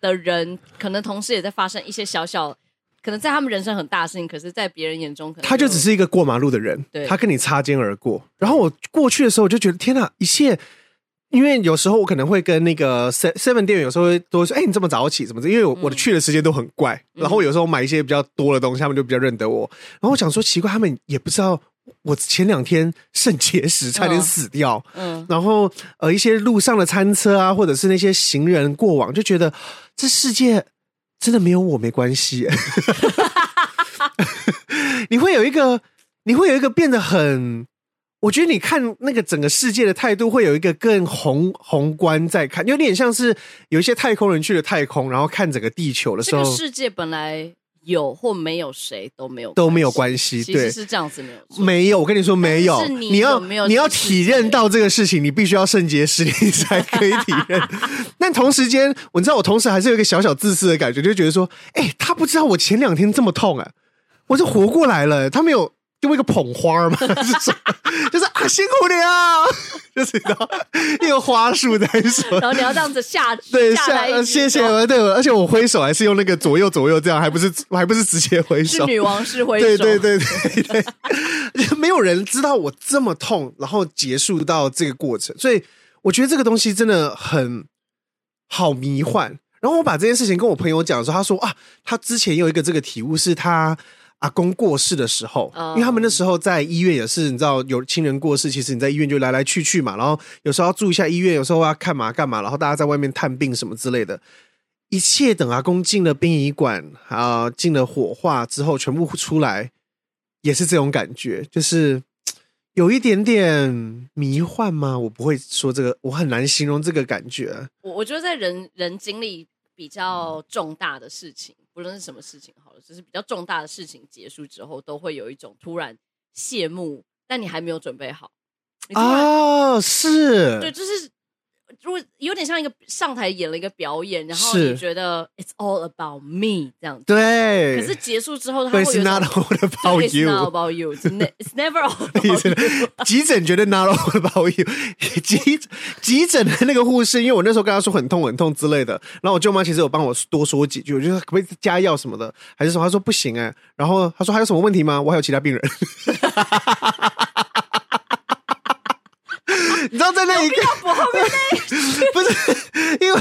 的人，可能同时也在发生一些小小，可能在他们人生很大的事情，可是在别人眼中，可能他就只是一个过马路的人对，他跟你擦肩而过。然后我过去的时候，我就觉得天哪，一切。因为有时候我可能会跟那个 se- Seven 店员有时候会都会说：“哎、你这么早起怎么的？”因为嗯我我的去的时间都很怪，然后有时候买一些比较多的东西，他们就比较认得我。然后我想说，奇怪，他们也不知道我前两天肾结石差嗯点死掉，嗯，然后呃一些路上的餐车啊，或者是那些行人过往，就觉得这世界真的没有我没关系 耶。你会有一个，你会有一个变得很，我觉得你看那个整个世界的态度会有一个更宏宏观在看，有点像是有一些太空人去了太空，然后看整个地球的时这候个世界本来有或没有谁都没有都没有系，关系，其实对。是这样子没有错。没有，我跟你说没有。但是你要有没有你要这个体世界认到这个事情，你必须要肾结石，你才可以体认。 但同时间，我知道我同时还是有一个小小自私的感觉，就觉得说，哎、他不知道我前两天这么痛啊，我是活过来了，他没有。给我一个捧花 嘛，是什么？就是啊，辛苦你啊， 就是你知道一个花束在手，然后你要这样子下 对，下来一哦下鞠谢谢躬我，对，我而且我挥手还是用那个左右左右这样，还不是还不是直接挥是手，女王是挥对手，对对对对， 就没有人知道我这么痛，然后结束到这个过程，所以我觉得这个东西真的很好迷幻。然后我把这件事情跟我朋友讲的时候，他说啊，他之前有一个这个体悟是他。阿公过世的时候，哦因为他们那时候在医院也是，你知道有亲人过世，其实你在医院就来来去去嘛，然后有时候要住一下医院，有时候要干嘛干嘛，然后大家在外面探病什么之类的。一切等阿公进了殡仪馆啊、进了火化之后，全部出来，也是这种感觉，就是嘖有一点点迷幻吗？我不会说这个，我很难形容这个感觉。我我觉得在人人经历比较重大的事情，不论是什么事情好了，就是比较重大的事情结束之后，都会有一种突然谢幕，但你还没有准备好，你突然、哦，对，是，就是如果有点像一个上台演了一个表演，然后是你觉得 it's all about me 这样子，对，可是结束之后，他会对有是一种 not all 对 about it's not you。 about you, it's ne- it's never all about you 急诊急诊觉得 not all about you，急 急诊的那个护士，因为我那时候跟他说很痛很痛之类的，然后我舅妈其实有帮我多说几句，我就说可不可以加药什么的，还是什么？她说不行哎、然后她说还有什么问题吗？我还有其他病人。 你知道在那一个 我后面不是因为，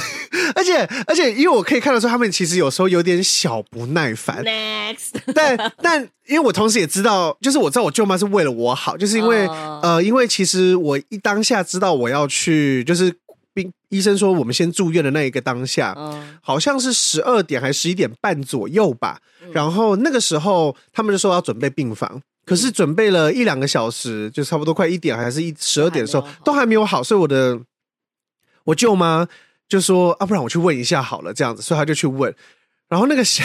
而且而且，因为我可以看得出他们其实有时候有点小不耐烦， next 但但因为我同时也知道，就是我知道我舅妈是为了我好，就是因为、哦呃，因为其实我一当下知道我要去，就是病医生说我们先住院的那一个当下，嗯好像是十二点还是十一点半左右吧。嗯然后那个时候他们就说要准备病房，可嗯是准备了一两个小时，就差不多快一点还是一十二点的时候都还没有好都还没有好，所以我的我舅妈就说啊，不然我去问一下好了，这样子，所以她就去问。然后那个小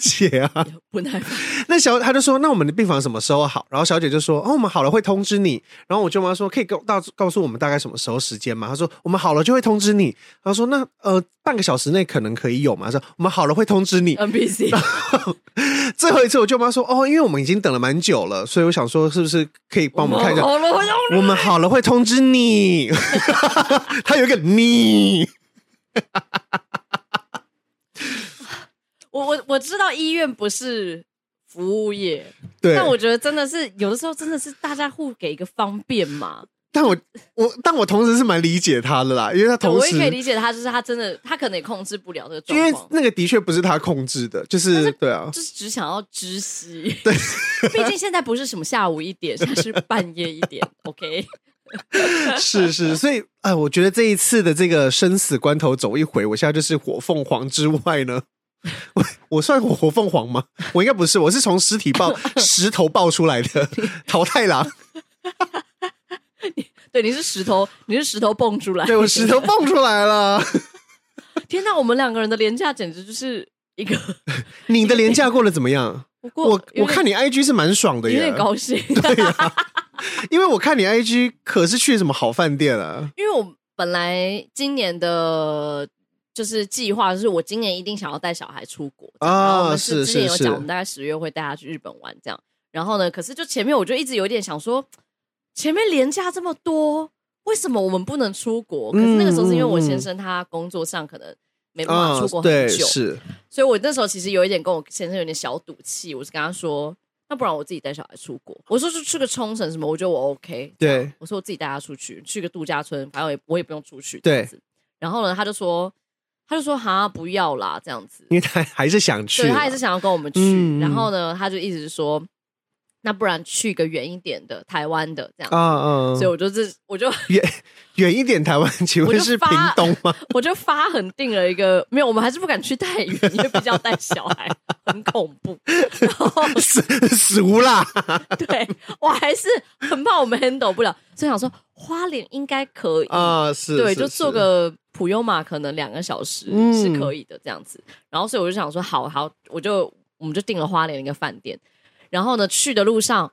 姐啊，不耐烦，那小她就说：“那我们的病房什么时候好？”然后小姐就说：“哦，我们好了会通知你。”然后我舅妈说：“可以告告告诉我们大概什么时候时间吗？”她说：“我们好了就会通知你。”她说：“那呃半个小时内可能可以有嘛？”她说：“我们好了会通知你。 NPC 最后一次我舅妈说：“哦，因为我们已经等了蛮久了，所以我想说是不是可以帮我们看一下？好了，我要 我们好了会通知你。” 她有一个你。我我我知道医院不是服务业，对，但我觉得真的是有的时候真的是大家互给一个方便嘛，但我我但我同时是蛮理解他的啦，因为他对同我也时可以理解他，就是他真的，他可能也控制不了这个因为状况，那个的确不是他控制的，就是对啊，就是只想要窒息。对，毕竟现在不是什么下午一点，现在是半夜一点。OK， 是是，所以哎、我觉得这一次的这个生死关头走一回，我现在就是火凤凰之外呢， 我我算火火凤凰吗？我应该不是，我是从尸体爆石头爆出来 的桃太郎，对，你是石头，你是石头蹦出来。对我石头蹦出来了。天哪，我们两个人的廉价简直就是一个，你的廉价过得怎么样？不过我 有点我看你 IG 是蛮爽的有耶点，高兴，因为我看你 IG 可是去什么好饭店啊？因为我本来今年的就是计划，就是我今年一定想要带小孩出国这样啊然哦后我们是之前是有是讲，我们大概十月会带他去日本玩这样。然后呢，可是就前面我就一直有点想说，前面廉价这么多，为什么我们不能出国？可是那个时候是因为我嗯嗯嗯先生他工作上可能没办法啊出国，很对，久，是所以我那时候其实有一点跟我先生有点小赌气，我是跟他说，那不然我自己带小孩出国，我说去去个冲绳什么，我觉得我 OK，对这样我说我自己带他出去，去个度假村，反正我也我也不用出去，对这样子。然后呢，他就说，他就说哈不要啦，这样子，因为他还是想去对啦，他也是想要跟我们去，嗯嗯然后呢，他就一直说，那不然去一个远一点的台湾的这样。啊啊，所以我就这，我就远远一点，台湾，请我问就是屏发东吗？我就发狠定了一个，没有，我们还是不敢去太远，因为比较带小孩，很恐怖。然后 死死无啦！ 对我还是很怕我们 handle 不了，所以想说花莲应该可以，啊，是，对，是就坐，个普悠玛可能两个小时嗯是可以的这样子。然后所以我就想说，好好，我就我们就订了花莲的一个饭店，然后呢去的路上，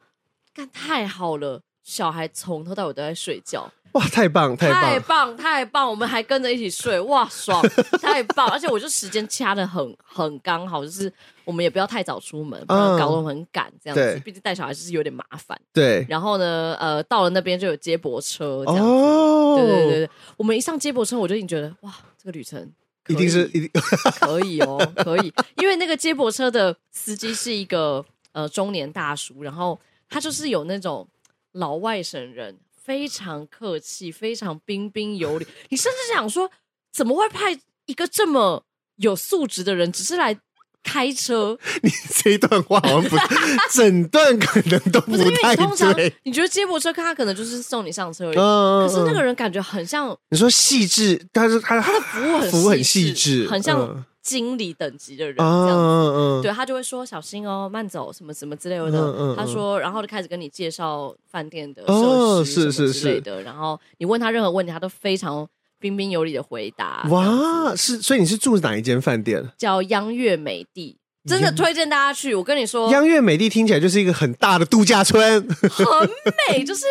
干太好了。小孩从头到尾都在睡觉，是哇，太棒，太太棒，棒太棒！我们还跟着一起睡，哇，爽，太棒！而且我就时间掐的很很刚好，就是我们也不要太早出门，不然嗯搞得我们很赶这样子对。毕竟带小孩就是有点麻烦。对，然后呢，呃，到了那边就有接驳车，这样。哦，对对对对，我们一上接驳车，我就已经觉得哇，这个旅程可以一定是一定 可以哦，可以，因为那个接驳车的司机是一个呃中年大叔，然后他就是有那种老外省人，非常客气，非常彬彬有礼，你甚至想说，怎么会派一个这么有素质的人，只是来开车？你这一段话好像 不，整段可能都不是因为太你通常对。你觉得接驳车他可能就是送你上车而已，嗯可是那个嗯人感觉很像你说细致，但是他他的服务很服务很细致，致，很嗯像经理等级的人这样啊子。嗯对他就会说小心哦，慢走什么什么之类的。嗯嗯他嗯说，然后就开始跟你介绍饭店的哦设施是什么是之类的。然后你问他任何问题，他都非常彬彬有礼的回答。嗯，哇，是，所以你是住哪一间饭店？叫央乐美地，真的推荐大家去。我跟你说，央月美丽听起来就是一个很大的度假村，很美， 就是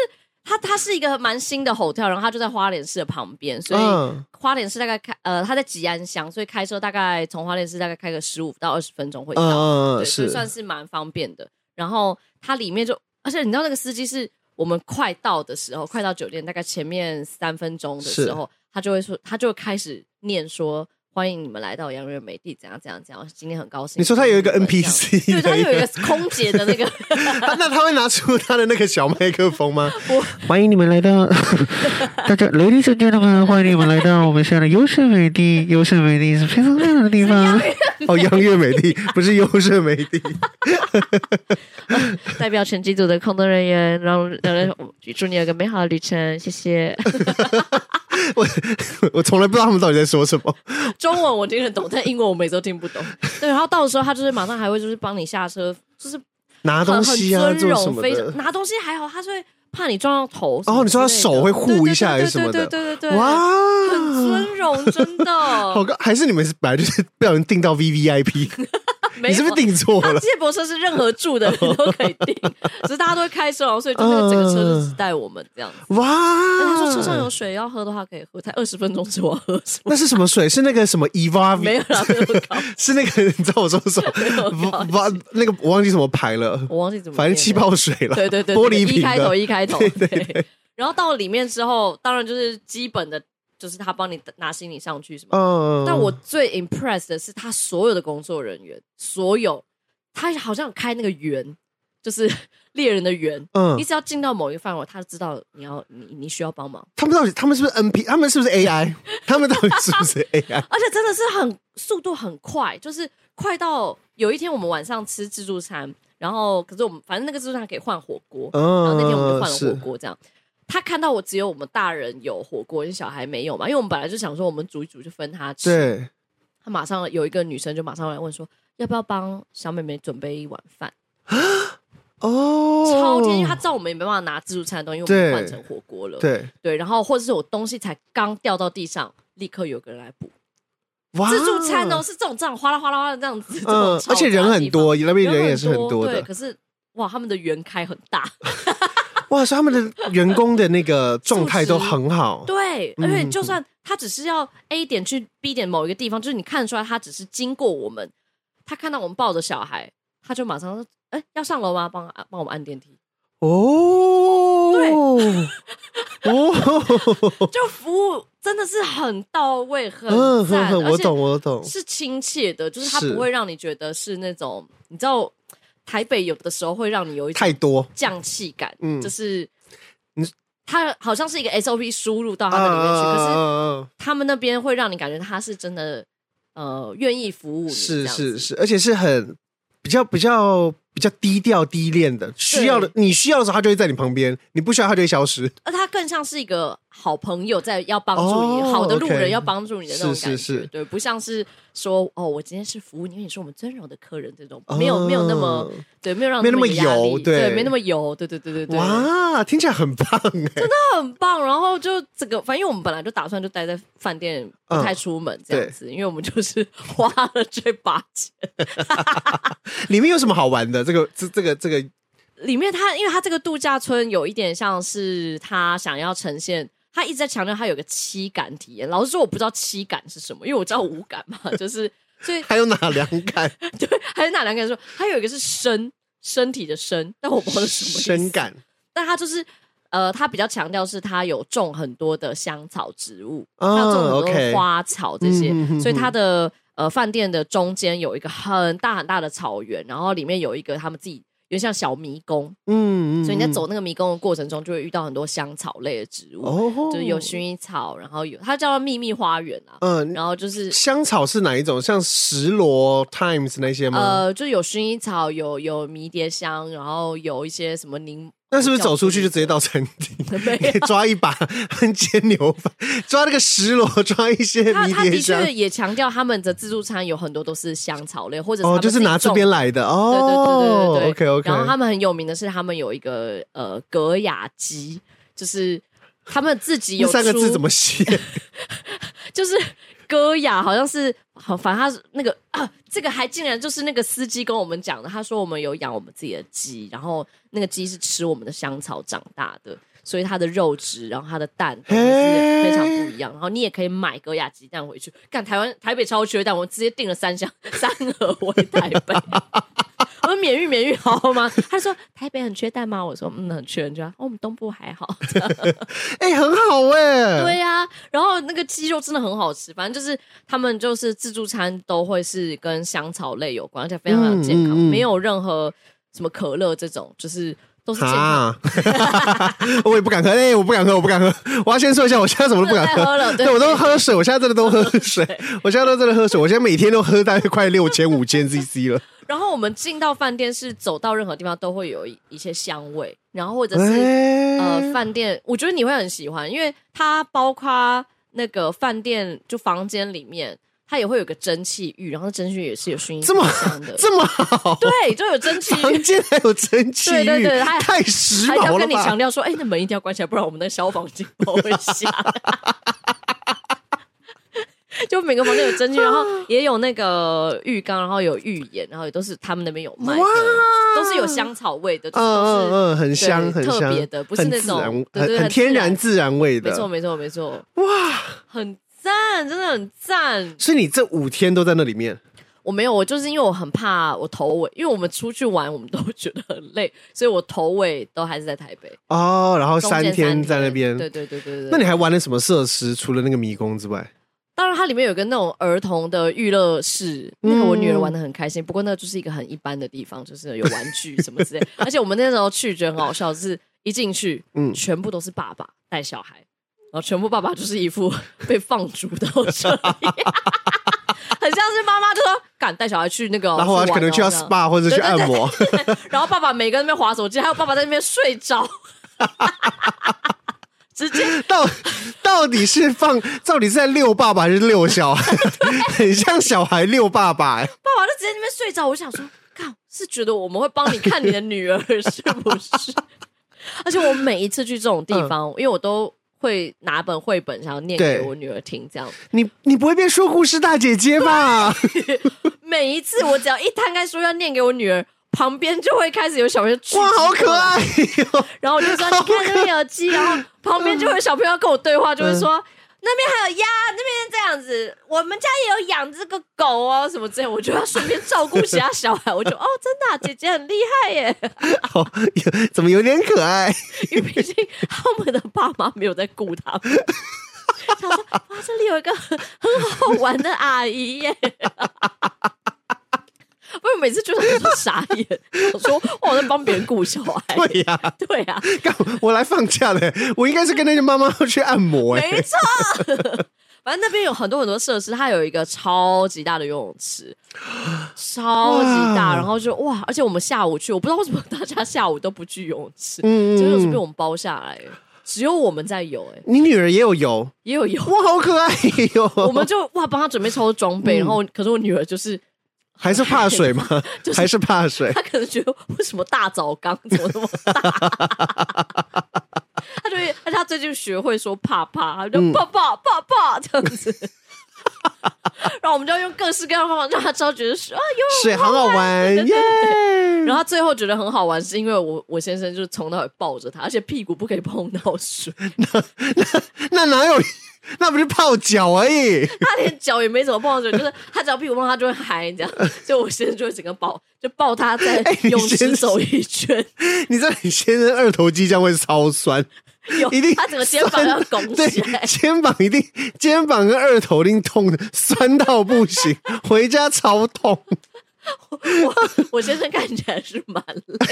它它是一个蛮新的 hotel，然后它就在花莲市的旁边， 所以。嗯花莲市大概开呃，它在吉安乡，所以开车大概从花莲市大概开个十五到二十分钟会嗯到。嗯，嗯对，所以是算是蛮方便的。然后它里面就，而且你知道那个司机是我们快到的时候，快到酒店大概前面三分钟的时候，他就会说，他就开始念说。欢迎你们来到杨瑞美地，怎样怎样怎样，今天很高兴。你说他有一个欢迎你们 NPC 这样对，他的一有个一个空姐的 那个，他那他会拿出他的那个小麦克风吗？ 欢迎你们来到大家，ladies and gentlemen，欢迎你们来到我们现在的优胜美地。优胜美地是非常亮的地方。 哦，央乐美地不是优胜美地，代表全机组的空中人员，然后让人祝你有个美好的旅程，谢谢。 我我从来不知道他们到底在说什么。中文我听得懂，但英文我每次都听不懂。对，然后到的时候，他就是马上还会就是帮你下车，就是拿东西啊，很做尊什荣，么非常的？拿东西还好，他是会怕你撞到头什然么之类的。后你说他手会护一下还是什么对的？对对对对对对，哇，很尊荣，真的。 好高！还是你们本来就是 不小心订到 V V I P？ 没你是不是有订错他了？接驳车是任何住的人都可 以订，只是大家都会开车，然后所以就那个整个车嗯就只带我们这样子。哇！但哎他说车上有水要喝的话可以喝，才二十分钟之后要喝 什么？那是什么水？是那个什么 Eva？没有啦，没有搞是那个你知道我说什 么？有搞哇，那个我忘记什么牌了，我忘记怎么念了，反正气泡水了，对对对，玻对璃一瓶开头的。一 开头，对然后到了里面之后，当然就是基本的，就是他帮你拿行李上去什么的。嗯，但我最 impressed 的是他所有的工作人员，所有他好像有开那个园，就是猎人的缘，嗯你，只要进到某一个范围，他就知道你要你你需要帮忙，他们到底他们是不是 N P？他们是不是 AI？他们到底是不是 AI？而且真的是很速度很快，就是快到有一天我们晚上吃自助餐，然后可是我们反正那个自助餐可以换火锅，然哦后那天我们就嗯，换了是火锅，这样。他看到我只有我们大人有火锅，小孩没有嘛？因为我们本来就想说我们煮一煮就分他吃。对，他马上有一个女生就马上来问说，要不要帮小妹妹准备一碗饭？哦，超天，因为他知道我们也没办法拿自助餐的东西，我们对就换成火锅了。哦对，对然后或者是我东西才刚掉到地上，立刻有个人来补。哇自助餐哦，，是这种这样哗啦哗啦哗啦这样子，这种啊嗯，嘈杂而且人的很地方，多，那边人人也是很多多对，的，可是哇，他们的缘开很大，哇，所以他们的员工的 那个状态都很好，对，嗯而且就算他只是要 A 点去 B 点某一个地方，就是你看得出来他只是经过我们，他看到我们抱着小孩，他就马上说：“哎、要上楼吗？帮帮我们按电梯。哦， 哦，就服务真的是很到位，很嗯，赞、很很，我而且懂，我懂，是亲切的，就是他是不会让你觉得是那种你知道台北有的时候会让你有一种太多，匠气感，嗯就是你他好像是一个 SOP 输入到他们里面去，可是嗯他们那边会让你感觉他是真的呃愿意服务你，是这样是子，是，而且是很比较比较比较低调低恋的，需要的你需要的时候，他就会在你旁边；你不需要，他就会消失。而他更像是一个好朋友在要帮助你，哦好的路 OK 人要帮助你的那种感觉，是是是对，不像是说哦我今天是服务你，因为你是我们尊荣的客人这种，没有没有那么嗯对，没有让哦没那么有压力油对对没那么油，对对对对对，啊哇，听起来很棒哎！很棒。然后就整个，反正因为我们本来就打算就待在饭店，不嗯太出门这样子，因为我们就是花了这把钱。里面有什么好玩的？这个这这个这个里面它，因为它这个度假村有一点像是它想要呈现。他一直在强调他有个七感体验，老实说我不知道七感是什么，因为我知道五感 嘛，就是所以还有哪两感？对，还有哪两感说，还有一个是身身体的身，但我不知道是什 么意思深感但它就是呃，它比较强调是它有种很多的香草植物，它、哦有种很多 OK 花草这些，嗯哼哼所以它的呃饭店的中间有一个很大很大的草原，然后里面有一个他们自己。有点像小迷宫，嗯，嗯所以你在走那个迷宫的过程中，就会遇到很多香草类的植物，哦，就是有薰衣草，然后有它叫做秘密花园啊，嗯，然后就是香草是哪一种？像石螺、Times 那些吗？呃，就有薰衣草，有有迷迭香，然后有一些什么柠，那是不是走出去就直接到餐厅？没 有抓一把 煎牛排，抓那个石螺，抓一 些他迷他的迭香确。也强调他们的自助餐有很多都是香草类，或者是他哦，们就是自己拿这种边。来对的对哦。对对对对 OK OK。然后他们很有名的是，他们有一个呃格雅鸡，就是他们自己有那三个字出怎么写？ 就是戈雅，好像是好，反正他是那个啊，这个还竟然就是那个司机跟我们讲的，他说我们有养我们自己的鸡，然后那个鸡是吃我们的香草长大的，所以它的肉质，然后它的蛋都是嘿非常不一样。然后你也可以买戈雅鸡蛋回去，干台湾台北超缺蛋，我直接订了三箱三盒回台北。 我说免疫免疫好吗？他说台北很缺蛋吗？我说嗯很缺，人家哦我们东部还好。哎，很好哎。对呀、然后那个鸡肉真的很好吃，反正就是他们就是自助餐都会是跟香草类有关，而且非常非常健康，嗯嗯嗯没有任何什么可乐这种，就是都是健康。啊！ 我也不敢喝，哎，我不敢喝，我不敢喝。我要先说一下，我现在什么都不敢不能再喝了对对我都喝水，我现在真的都喝水，我现在都真的喝水，我现在每天都喝大概快六千五千 CC 了。然后我们进到饭店是走到任何地方都会有一一些香味，然后或者是、呃哎，饭店，我觉得你会很喜欢，因为它包括那个饭店就房间里面。它也会有个蒸汽浴，然后蒸汽浴也是有薰衣这草么香的， 这么好，对，就有蒸汽浴房。间还有蒸汽对浴，对对还太时还髦要了跟你强吧？调说，哎、那门一定要关起来，不然我们的消防警报会 响。就每个房间有蒸汽，然后也有那个浴缸，然后有浴盐，然后也都是他们那边有卖的哇，都是有香草味的，就嗯是都嗯是、嗯，很香对很特香，别的不是很那自种然对对很很很天自然然自然味没错的。没错没错，哇！很赞，真的很赞。所以你这五天都在那里面，我没有，我就是因为我很怕我头尾，因为我们出去玩我们都觉得很累，所以我头尾都还是在台北，哦，然后中三间天在那对边。对对对对。那你还玩了什么设施？除了那个迷宫之外，当然，它里面有一个那种儿童的娱乐室，嗯那个我女儿玩的很开心。不过那就是一个很一般的地方，就是有玩具什么之 类。而且我们那时候去觉得很好笑，是一进去，嗯嗯，全部都是爸爸带小孩，然后全部爸爸就是一副被放逐的这样， 很像是妈妈就说敢带小孩去那个， 然后啊去玩哦可能去到这样 SPA 或者去按摩， 然后爸爸每个人在那边划手机，还有爸爸在那边睡 着，直接到到底是放，到底是在遛爸爸还是遛小 孩？很像小孩遛爸爸、欸。爸爸就直接在那边睡着。我想 说，靠，是觉得我们会帮你看你的女儿是不 是？而且我每一次去这种地方，嗯因为我都会拿本绘本想要念对给我女儿听， 这样你你不会变说故事大姐姐吧？每一次我只要一摊开书要念给我女儿。旁边就会开始有小朋友聚集哇，好可过来！爱 哟、然后我就说：“你看那边有鸡。”然后旁边就会有小朋友跟我对话，就会嗯说：“那边还有鸭，那边这样子，我们家也有养这个狗哦，什么之类。”我就要顺便照顾其他小孩，我就哦，真的啊、姐姐很厉害耶。好哦有怎么有点可爱？因为毕竟他们的爸妈没有在顾他们。想说哇，这里有一个很很好玩的阿姨耶！我每次就想说傻眼，我说哇我在帮别人顾小孩，对呀、对啊，干我来放假了、我应该是跟那些妈妈去按摩哎、没错。反正那边有很多很多设施，它有一个超级大的游泳池，超级大，哇然后就哇！而且我们下午去，我不知道为什么大家下午都不去游泳池，嗯嗯嗯真的是被我们包下来耶，只有我们在游，哎，你女儿也有游，也有游哇，好可爱哟、 我们就哇帮他准备超多装嗯备，然后可是我女儿就是还是怕水吗？ 就是还是怕水？她可能觉得为什么大澡缸怎么那么大， 她就会而且她最近学会说怕怕，她就嗯爸爸爸爸这样子， 然后我们就要用各式各样的方法让她知道觉得说啊有，水好好 玩对对耶！嗯然后她最后觉得很好玩，是因为我我先生就是从头到尾抱着她，而且屁股不可以碰到水， 那哪有？那不是泡脚而已。 他连脚也没怎么碰到水，就是他只要屁股碰到他就会嗨这样，所以我先生就会整个抱就抱他在哎你泳先池生走一圈，你知道你先生二头肌这样会 超酸，有一定他整个肩膀要拱对起来，，肩膀一定，肩膀跟二头一定痛的，酸到不行， 回家超痛。我我先生看起来是蛮累，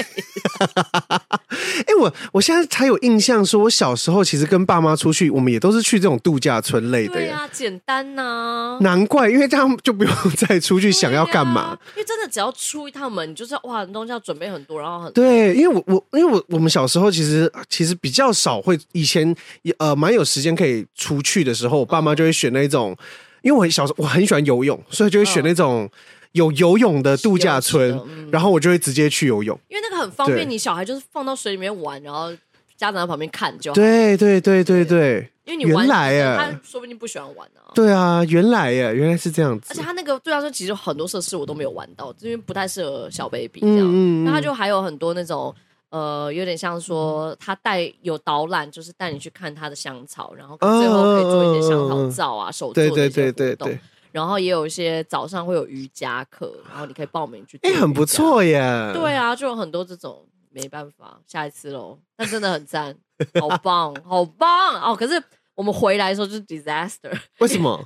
哎、我我现在才有印象，说我小时候其实跟爸妈出去，我们也都是去这种度假村类 的对耶。啊，简单呐、难怪，因为这样就不用再出去想要干嘛。对啊因为真的只要出一趟门，你就是哇，东西要准备很多，然后很对，因为我我因为我我们小时候其实其实比较少会，以前也呃蛮有时间可以出去的时候，我爸妈就会选那种，因为我很小时候我很喜欢游泳，所以就会选那种有游泳的度假村有嗯游泳池的，嗯然后我就会直接去游泳。因为那个很方对便，你小孩就是放到水里面玩，然后家长在旁边看就好，对对对对对，因为你玩原来啊耶他说不定不喜欢玩啊。对啊，原来耶，原来是这样而子且。他那个对他说，其实有很多设施我都没有玩到，因为不太适合小 baby 这样。嗯嗯嗯那他就还有很多那种呃，有点像嗯说他带有导览，就是带你去看他的香草，然后最后可以做一些香草照啊、手做哦对的对一些对活动。对对，然后也有一些早上会有瑜伽课，然后你可以报名去。哎、很不。错耶。对啊，就有很多这种，没办法，下一次喽。但真的很赞，好棒，好棒哦！可是我们回来的时候就是 disaster。为什么？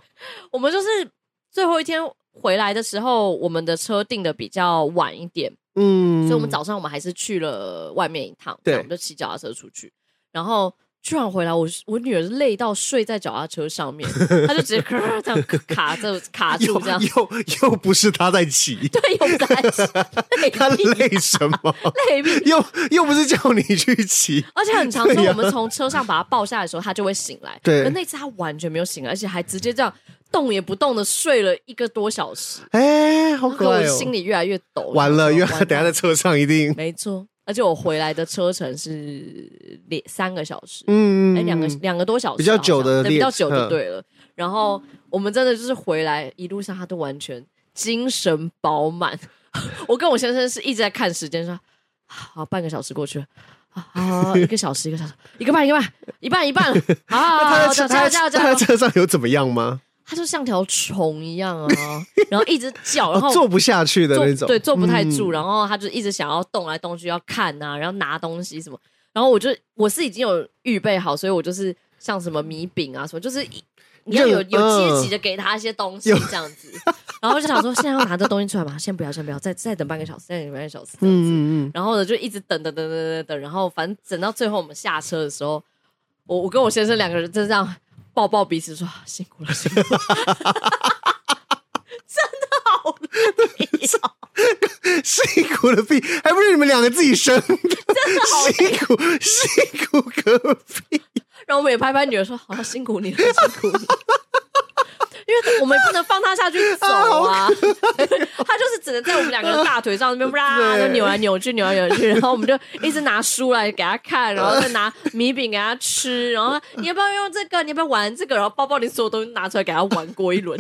我们就是最后一天回来的时候，我们的车订的比较晚一点，嗯，所以我们早上我们还是去了外面一趟，对我们就骑脚踏车出去，然后。去完回来，我我女儿累到睡在脚踏车上 面，她就直接咔这样卡着卡住又这样，又又不是他 在骑，对，又在 一起累他屁累什么？ 累屁，又又不是叫你去骑。而且很常说对呀我们从车上把她抱下来的时候，她就会醒来。对可那次她完全没有醒来，而且还直接这样动也不动的睡了一个多小时，哎、好可我爱哦！心里越来越抖。完了，因为他完等下在车上一定，没错，而且我回来的车程是两三个小时，嗯，哎、两个两个多小时，比较久的好像对比较列久就嗯对了。然后我们真的就是回来一路上，他都完全精神饱满。我跟我先生是一直在看时间，说啊好半个小时过去了。啊，好一个小时，一个小时，一个半，一个半，一半，一半了。好好，好好他在车加他油，在加油，加他在油！车上有怎么样吗？他就像条虫一样啊，然后一直叫，然后哦坐不下去的坐那种，对，坐不太嗯住，然后他就一直想要动来动去，要看啊，然后拿东西什么，然后我就我是已经有预备好，所以我就是像什么米饼啊什么，就是一你要有任有阶嗯级的给他一些东西这样子。然后我就想说，现在要拿这东西出来吗？先不要，先不要，再再等半个小时，再等半个小时。嗯，嗯嗯然后呢，就一直等等等等等等，然后反正等到最后我们下车的时候，我我跟我先生两个人就这样抱抱彼此说啊辛苦了，辛苦了， 真的好累哦、嗯，辛苦了屁，还不是你们两个自己哦生的， 辛苦辛苦个屁！然后我们也拍拍女儿说，好了，辛苦你了，辛苦你 了。因为我们也不能放她下去走啊， 她就是只能在我们两个人大腿上那边啦，对就扭来扭去，扭来扭去，然后我们就一直拿书来给她看，然后再拿米饼给她吃，然后你要不要用这个？你要不要玩这个？然后包包里所有东西拿出来给她玩过一轮，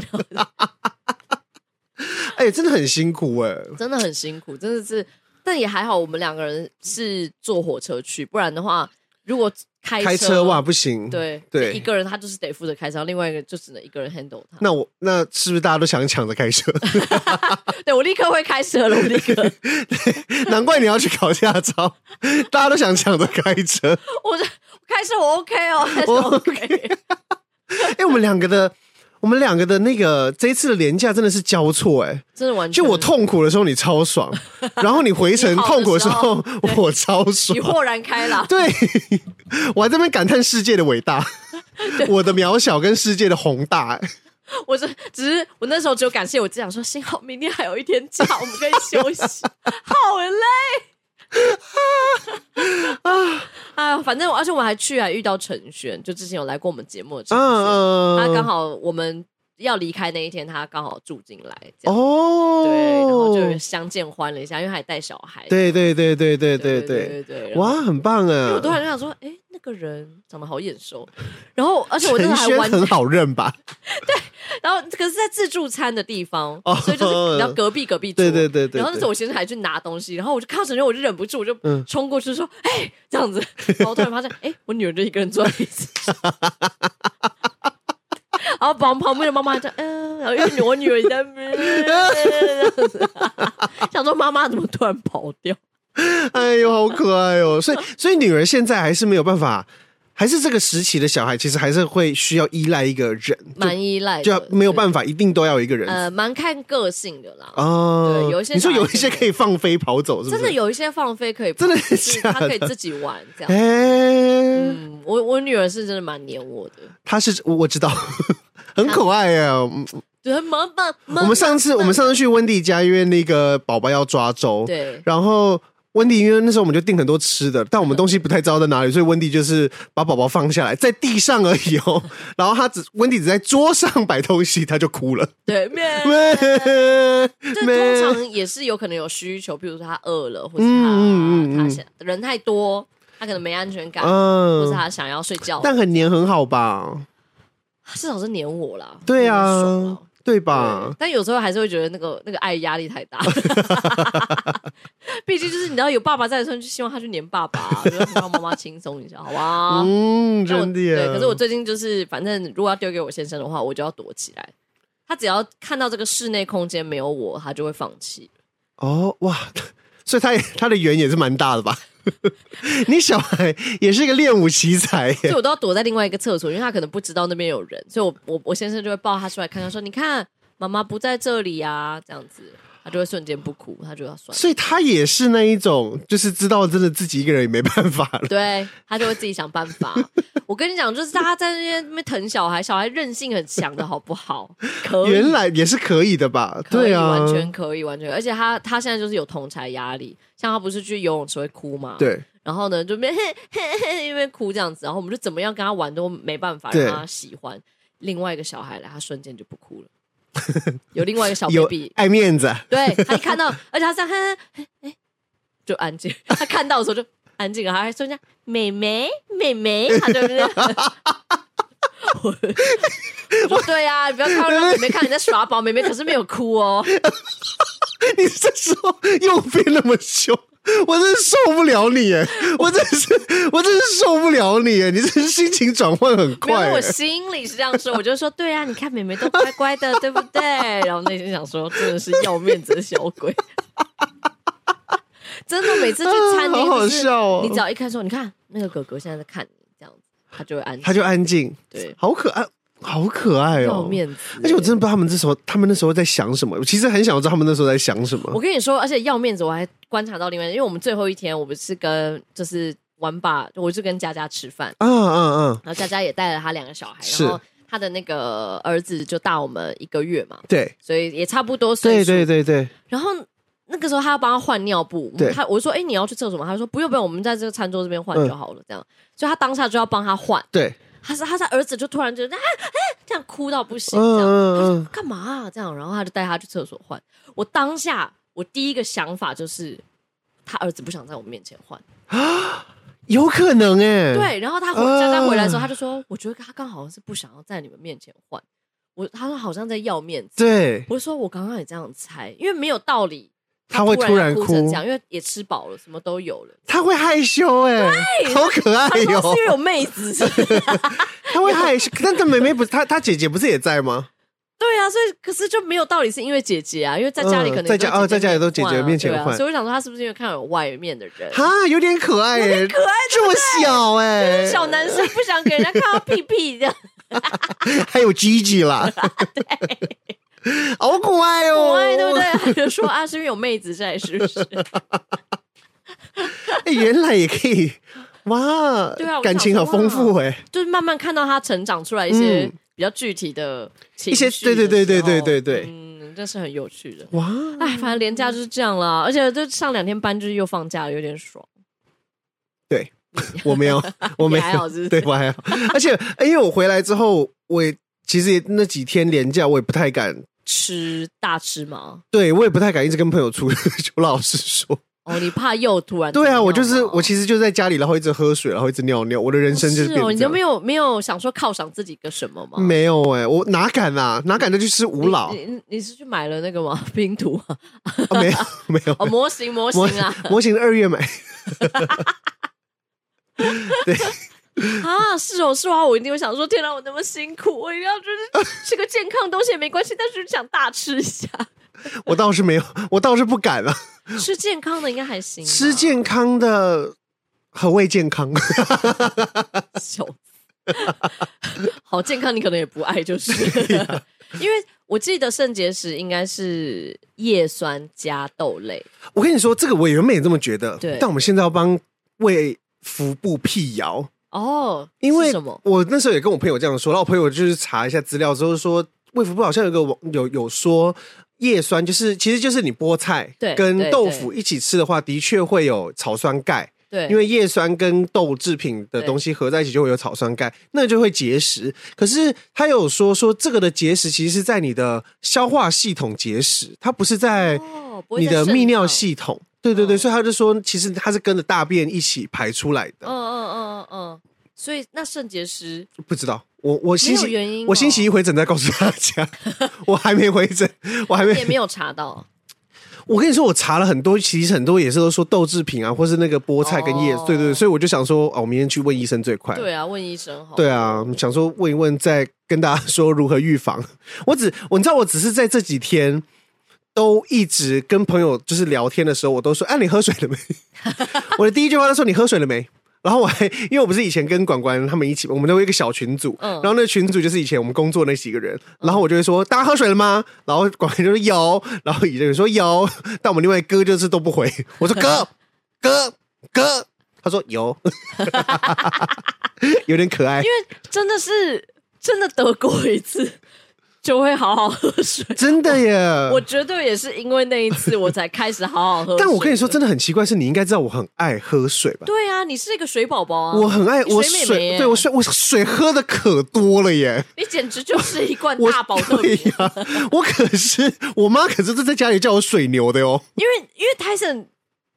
哎、真的很辛苦哎、 真的很辛苦，真的是，但也还好，我们两个人是坐火车去，不然的话，如果开开车哇不行。，对对一个人他就是得负责开车，另外一个就只能一个人 handle 他。 那我那是不是大家都想抢着开车？对我立刻会开车了，我 立刻，难怪你要去考驾照， 大家都想抢着开车。我就开车我 OK 哦，开车我 OK，哎、我们两个的，我们两个的那个这一次的廉价真的是交错哎、 真的完全。就我，痛苦的时候你超爽，然后你回程你好的痛苦的时候时我超你爽。豁然开朗， 对，我还在那边感叹世界的伟大，我的渺小跟世界的宏大、哎我这只是我那时候只有感谢我自己，想说幸好明天还有一天假，我们可以休息， 好累。 啊啊！反正我而且我还去还遇到陈轩，就之前有来过我们节目的陈轩，嗯他嗯，啊刚好我们要离开那一天，他刚好住进来，这样、哦，对，然后就相见欢了一下，因为还带小孩，对对对对对对对对，对对，然后哇，很棒因为我啊！突然就想说，哎、那个人长得好眼熟，然后而且我那时陈候还轩完，很好认吧？然后可是在自助餐的地方，哦所以就是然后隔壁隔壁桌，对对对对然后那时对候我先生还去拿东西，然后我就看到陈轩，我就忍不住，我就嗯冲过去说，哎、这样子，然后突然 发现， 哎、我女儿就一个人坐在椅子上。然后旁旁边的妈妈就嗯、然后因为我女儿也在那边，这样子 想说妈妈怎么突然跑掉？哎呦，好可爱哦！所以，所以女儿现在还是没有办法，还是这个时期的小孩，其实还是会需要依赖一个人，蛮依赖的， 就就没有对办法，一定都要有一个人。呃，蛮看个性的啦。哦，对有一些你说有一小些孩可以放飞跑走，是不真是？的有一些放飞可以，真的就是假他可以的自己玩这样。哎、嗯，我我女儿是真的蛮黏我的，他是我我知道， 很可爱呀、嗯对，妈妈，我我们上次我们上次去温蒂家，因为那个宝宝要抓周，对然后。温蒂，因为那时候我们就订很多吃的，但我们东西不太知道在哪里，所以温蒂就是把宝宝放下来在地上而已 哦。然后他只温蒂只在桌上摆东西，他就哭了。 对面，这对通常也是有可能有需求，比如说她饿了，或者嗯嗯嗯她她嗯想人太多，她可能没安全感，或者 嗯，她想要睡觉，但很黏很好吧？至少是黏我啦。我对也爽啊啊，对吧对？但有时候还是会觉得那个那个爱压力太 大，毕竟就是你知道有爸爸在的时候，就希望他去黏爸爸、啊就是让妈妈轻松一下，好吧？嗯，啊但我真的耶。对，可是我最近就是，反正如果要丢给我先生的话，我就要躲起来。他只要看到这个室内空间没有我，他就会放弃。哦哇，所以他也他的缘也是蛮大的吧？ 你小孩也是一个练武奇才所以耶，我都要躲在另外一个厕所，因为他可能不知道那边有人，所以我我我先生就会抱他出来看看，说：“你看，妈妈不在这里啊。”这样子，他就会瞬间不哭，他就要 算了。 所以他也是那一种，就是知道真的自己一个人也没办法了。对他就会自己想办法。我跟你讲，就是大家在那边那边疼小孩，小孩韧性很强的好不好？可以， 原来也是可以的吧？可以对啊，完全可以，完全。而且他他现在就是有同才压力，像他不是去游泳池会哭嘛？。对，然后呢，就边因为哭这样子，然后我们就怎么样跟他玩都没办法对让他喜欢。另外一个小孩来，他瞬间就不哭了。 有另外一个小有 baby，爱面子，啊对他一看到，而且他这样，哎哎，就安静。他看到的时候就安静了，他还说人家妹妹妹妹，他就 我我说对呀、啊，你不要看到妹妹看你在耍宝，妹妹可是没有哭哦。 你这时候又变那么凶。我真是受不了你耶！我真是， 我真是受不了你耶！你这是心情转换很没有，快那我耶，心里是这样说，我就说对啊，你看妹妹都乖乖的，对不 对？然后内心想说，真的是要面子的小鬼。真的，每次去餐厅，啊好好就是笑哦你只要一看说，你看那个哥哥现在在看你，这样子，他就会安静。他就安静，对好可爱，好可爱要哦，面子而且我真的不知道他们这时候，他们那时候在想什么。我其实很想知道他们那时候在想什我么。跟你说，而且要面子，我还观察到另外，因为我们最后一天，我们是跟就是玩吧，我就跟佳佳吃饭，嗯嗯嗯，然后佳佳也带了她两个小孩，是然后她的那个儿子就大我们一个月嘛，对所以也差不多岁对数。对对对，然后那个时候他要帮他换尿布，对他我就说：“哎、你要去厕所吗？”他就说：“不用不用，我们在这个餐桌这边换就好嗯了。”这样，所以他当下就要帮他换。对，他是他他儿子就突然就啊啊这样哭到不行，嗯这样、嗯嗯，干嘛、啊、这样？然后他就带他去厕所换。我当下我第一个想法就是。他儿子不想在我面前换，有可能哎，，对。然后他回啊佳佳回来的时候，他就说：“我觉得他刚好是不想要在你们面前换。”我他说好像在要面子，对，我就说我刚刚也这样猜，因为没有道理，他会突然哭哭成这样，因为也吃饱了，什么都有了。他会害羞哎，好可爱他说是哟、因为有妹子， 是不是他会害羞，但他妹妹不是他，他姐姐不是也在吗？对啊，所以可是就没有道理是因为姐姐啊，因为在家里可能嗯在家也都哦在家里都姐姐面前对啊换所以我想说他是不是因为看到有外面的人，哈，有点可爱、欸，可爱这么小哎、小男生不想给人家看到屁屁的，还有 Gigi 啦，好可爱 哦、可爱对不对？他就说啊，是因为有妹子在，是不是？ 哎、原来也可以，哇，对啊我感情好想说丰富哎、就是慢慢看到他成长出来一些嗯比较具体的情一些绪的对对对对时候对对对嗯，这是很有趣的。哇，哎，反正连假就是这样啦，而且就上两天班，就是又放假了，有点爽。我 没有，我没你还好有，是不是对我还好，而且哎因为我回来之后，我也其实也那几天连假，我也不太敢，吃大吃吗？对我也不太敢一直跟朋友出去。 就老实说，哦，你怕又突然怎么对样吗？啊，我就是我，其实就在家里，然后一直喝水，然后一直尿尿，我的人生就是是变哦，成你都这样没有没有想说犒赏自己个什么吗？没有哎、我哪敢啊，哪敢再去吃你，五老？你你你是去买了那个吗？ 拼图啊，啊没有没有哦，模型模型啊模型二月买，啊！是哦是哦，我一定会想说，天哪，我那么辛苦，我一定要就是 吃个健康的东西也没关系，但是想大吃一下，我倒是没有，我倒是不 敢了。吃健康的应该还行吧，吃健康的何谓健康？笑死！ 好健康，你可能也不爱，就是因为我记得肾结石应该是叶酸加豆类，我跟你说，这个我原本也这么觉得，对但我们现在要帮卫福部辟谣，哦，因为是什么？我那时候也跟我朋友这样说，然后我朋友就是查一下资料之后说，卫福部好像有个网有有说。叶酸就是，其实就是你菠菜对跟对豆对腐一起吃的话，的确会有草酸钙。对，因为叶酸跟豆制品的东西合在一起就会有草酸钙，那就会结石。可是他有说说这个的结石其实是在你的消化系统结石，它不是在哦不会你在的肾泌尿脏系统。对对对，嗯所以他就说其实它是跟着大便一起排出来的。嗯嗯嗯嗯嗯，所以那肾结石不知道我我星没期有原因哦我星期一回诊再告诉大家， 我还没回诊，我还没 也没有查 到，我跟你说，我查了很多，其实很多也是都说豆制品啊，或是那个菠菜跟叶，哦对对对，所以我就想说，哦，我明天去问医生最快。对啊，问医生好，对，啊，想说问一问，再跟大家说如何预防。 我只我你知道，我只是在这几天都一直跟朋友就是聊天的时候，我都说：“哎、你喝水了没？” 我的第一句话他说：“你喝水了没？”然后我还因为我不是以前跟管管他们一起，我们都有一个小群组，嗯然后那个群组就是以前我们工作那几个人，然后我就会说：“大家喝水了吗？”然后管管就说：“有。”然后以前说：“有。” 但我们另外一哥就是都不回，我说：“哥， 哥，哥。”他说：“有。” 有点可爱，因为真的是真的得过一次就会好好喝 水，真的耶！我绝对也是因为那一次我才开始好好喝水， 但我跟你说，真的很奇怪，是你应该知道我很爱喝水吧？嗯对啊，你是一个水宝宝啊！我很爱你我水妹妹水，耶对我水我水喝的可多了耶！你简直就是一罐 我大宝特对瓶。呀、我可是我妈可是都在家里叫我水牛的哦。 因为因为 Tyson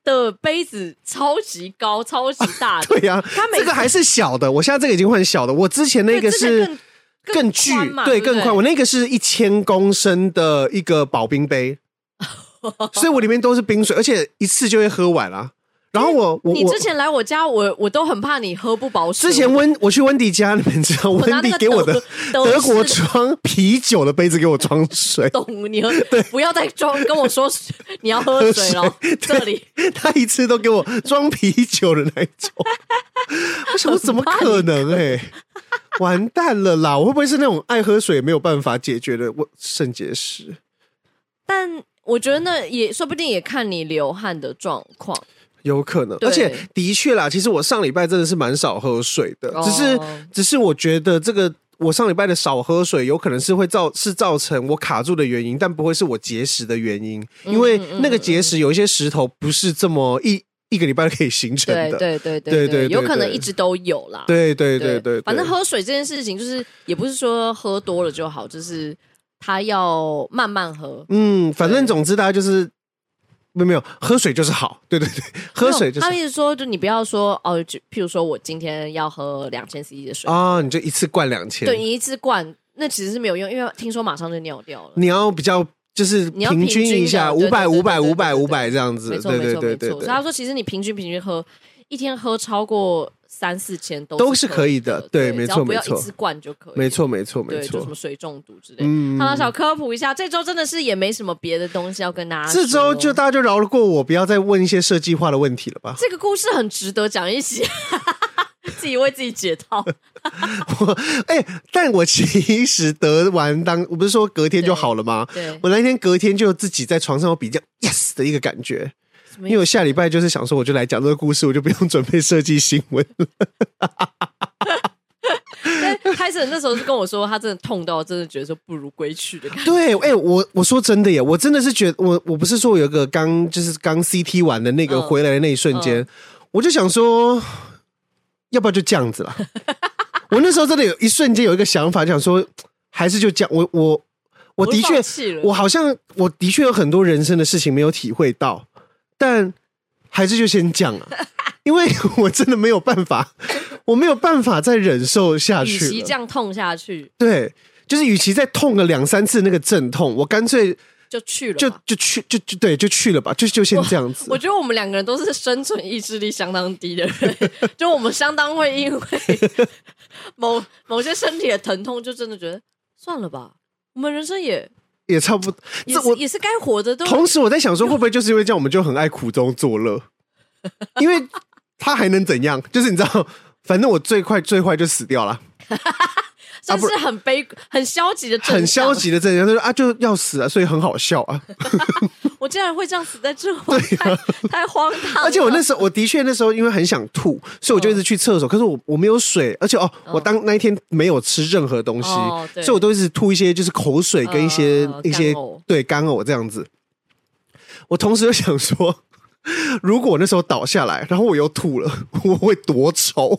的杯子超级高、超级 大的，对呀、他每这个还是小的，我现在这个已经换小的，我之前那对个之前是更更巨宽嘛，对，对不对更宽。我那个是一千公升的 一个保冰杯，所以我里面都是冰水，而且一次就会喝完啦、啊 然后我我你我之前来我家，我我都很怕你喝不饱水。之前温我去温迪家，你们知拿道温那迪个给我的德 德国德 式，装啤酒的杯子给我装水 懂你喝，不要再装跟我说你要喝水了喝，水这里他一次都给我装啤酒的那一种。我想说怎么可能哎、完蛋了啦！我会不会是那种爱喝水没有办法解决的我肾结石？但我觉得那也说不定也看你流汗的状况。有可能，对而且的确啦，其实我上礼拜真的是蛮少喝水的，哦只是只是我觉得这个我上礼拜的少喝水，有可能是会造是造成我卡住的原因，但不会是我节食的原因，因为嗯嗯那个节食有一些石头不是这么一一个礼拜可以形成对的，对对对对对对有可能对一直都有啦。对对对对对，反正喝水这件事情，就是也不是说喝多了就好，就是他要慢慢喝。嗯，反正对总之大家就是没有没有喝水就是好，对对对，喝水就是他们一直说，就你不要说哦，就譬如说我今天要喝两千 CC 的水，啊、你就一次灌两千，对你一次灌，那其实是没有用，因为听说马上就尿掉了。你要比较就是你要平均一下，平五均百的五百对五对对百对五对百对这样子，没错对没对错对没对错。所以对。他说，其实你平均平均喝一天喝超过三四千都都都是可以的对没只要错不要没错一次灌就可以，没，错，没错，没对，就什错么。水中毒之类的。嗯好了，小科普一下，这周真的是也没什么别的东西要跟大家说。这周就大家就饶了过我，不要再问一些设计化的问题了吧。这个故事很值得讲一集， 自己为自己解 套。哎、但我其实得完当，我不是说隔天就对好了吗？对，我那天隔天就自己在床上有比较 yes 的一个感觉，什么因为我下礼拜就是想说，我就来讲这个故事，我就不用准备设计新闻。开始那时候是跟我说，他真的痛到真的觉得说不如归去的感觉。对，哎、我我说真的耶，我真的是觉得，我我不是说有一个刚就是刚 CT 完的那个嗯回来的那一瞬间，我就想说，要不要就这样子 啦？我那时候真的有一瞬间有一个想法，想说还是就这样。我我 我的确放，弃了我好像我的确有很多人生的事情没有体会到，但还是就先讲 了、因为我真的没有办法，我没有办法再忍受下与去了。其这样痛下去，对，就是与其再痛个两三次那个阵痛，我干脆就去了吧。就就去就就对就去了吧，就就先这样子我。觉得我们两个人都是生存意志力相当低的 人，就我们相当会因为某某些身体的疼痛，就真的觉得算了吧，我们人生也也差不多。也这是我也是该活的都同啊时我在想说，会不会就是因为这样，我们就很爱苦中 作乐？因为他还能怎样？就是你知道，反正我最快最坏就死掉了，这不是很悲、很消极的，很消。极的这样，他说啊就要死啊，所以很好笑啊。我竟然会这样死在这，我太 太荒唐了。而且 我那时候，我的确那时候因为很想吐，所以我就一直去厕嗯所。可是我我没有水，而且哦，我当那一天没有吃任何东西，哦对所以我都一直吐一些就是口水跟一些、呃一些干呕对干呕这样子。我同时又想说， 如果我那时候倒下来，然后我又吐了， 我会多丑。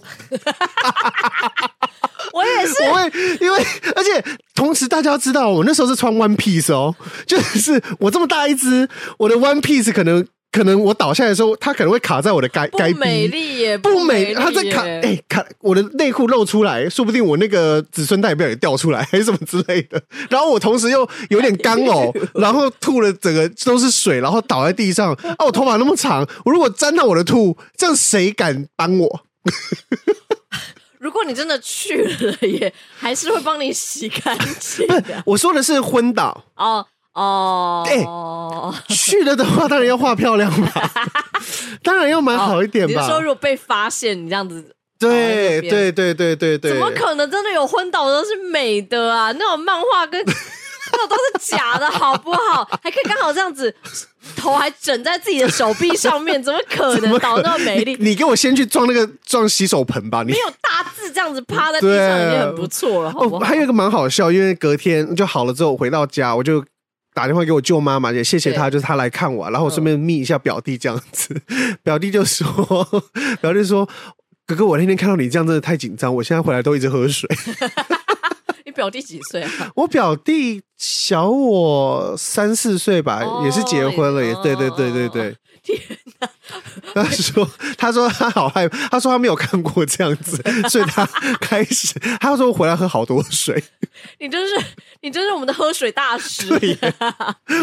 我也 是，我会因为，而且同时大家要知道，我那时候是穿 One Piece 哦， 就是我这么大一只，我的 One Piece 可能可能我倒下来的时候，它可能会卡在我的该不该美逼。丽耶，不美，丽它在卡，耶哎、卡，我的内裤露出来，说不定我那个子孙代表也掉出来，还是什么之类的。 然后我同时又有点干 呕，然后吐了整个都是水，然后倒在地上。啊，我头发那么长，我如果沾到我的吐，这样谁敢帮我？如果你真的去了也还是会帮你洗干净的。我说的是 昏倒，哦哦，哎哦去了的话，当然要画漂亮吧， 当然要买好一点哦你是吧。说如果被发现你这样子，对好一对点对对对对，怎么可能真的有昏倒的都是美的啊？那种漫画跟 那种都是假的，好不好？还可以刚好这样子，头还枕在自己的手臂上面，怎么 可能倒那么美丽？你你给我先去撞那个撞洗手盆吧，你没。有大字这样子趴在地上对已经很不错了，好不哦，好？还有一个蛮好笑，因为隔天就好了之后，我回到家我就打电话给我舅妈嘛，也谢谢她，对就是她来看我，然后我顺便密一下表弟这样子。 表弟就说，表弟说。哥哥，我那天看到你这样，真的太紧张。我现在回来都一直 喝水。你表弟几岁啊？ 我表弟小我三四岁吧，哦也是结婚了，也哦对对对对哦 对。天他说：“他说他好害怕，他说他没有看过这样子，所以他开始他说我回来喝好多水。 你真是你真是我们的喝水大师！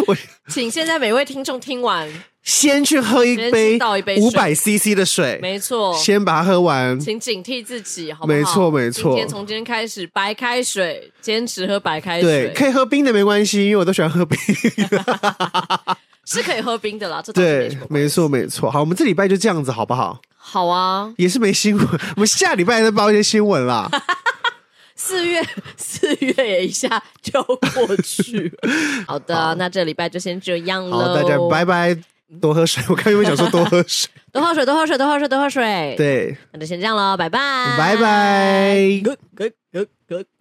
我 请现在每位听众听完先去喝一先杯去倒一杯五水百 CC 的水，没错，先把它喝完。请警惕自己，好不好？没错没错今天从今天开始，白开水，坚持喝白开水，对，可以喝冰的没关系，因为我都喜欢喝冰。 是可以喝冰的啦。这倒是没对什么，关系没错没错。好，我们这礼拜就这样子好不好？好啊，也是没 新闻，我们下礼拜再报一些新闻啦。四月 四月也一下就过 去了。好的，那这礼拜就先这样好，喽。大家拜拜，多喝水。我刚原本想说多喝 水，多喝水，多喝水，多喝水，多喝水。，对，那就先这样喽，拜拜，拜拜。 Good, good, good, good.